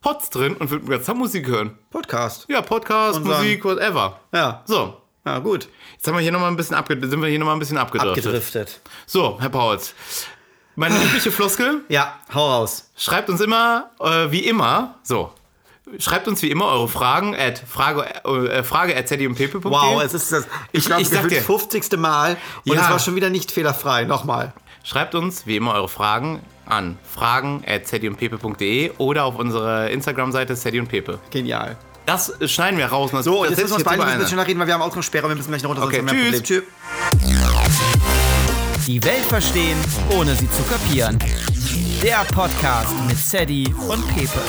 A: Pots drin und würde den ganzen Tag Musik hören.
B: Podcast.
A: Ja, Podcast,
B: Und sagen-
A: Musik, whatever.
B: Ja,
A: So,
B: ja gut.
A: jetzt haben wir hier noch mal ein bisschen abge sind wir hier nochmal ein bisschen abgedriftet.
B: Abgedriftet.
A: So, Herr Pauls. Meine übliche Floskel,
B: Ja, hau raus.
A: schreibt uns immer, äh, wie immer, so, schreibt uns wie immer eure Fragen at frage, äh, frage at zdiumpepe.de.
B: Wow, es ist das, ich glaube,
A: ich
B: ich
A: sag
B: das
A: dir-
B: 50. Mal und
A: Ja.
B: es war schon wieder nicht fehlerfrei. Nochmal.
A: Schreibt uns wie immer eure Fragen an fragen at zdiumpepe.de oder auf unserer Instagram-Seite zdiumpepe.
B: Genial.
A: Das schneiden wir raus. und Das,
B: So, und
A: das
B: jetzt müssen wir uns
A: setze ich
B: beide
A: über
B: ein
A: eine.
B: bisschen schneller reden, weil wir haben Ausgangssperre und wir müssen gleich noch runter.
A: Okay,
B: haben wir ein
A: tschüss.
B: Problem. Tschüss.
C: Die Welt verstehen, ohne sie zu kapieren. Der Podcast mit Sadie und Pepe.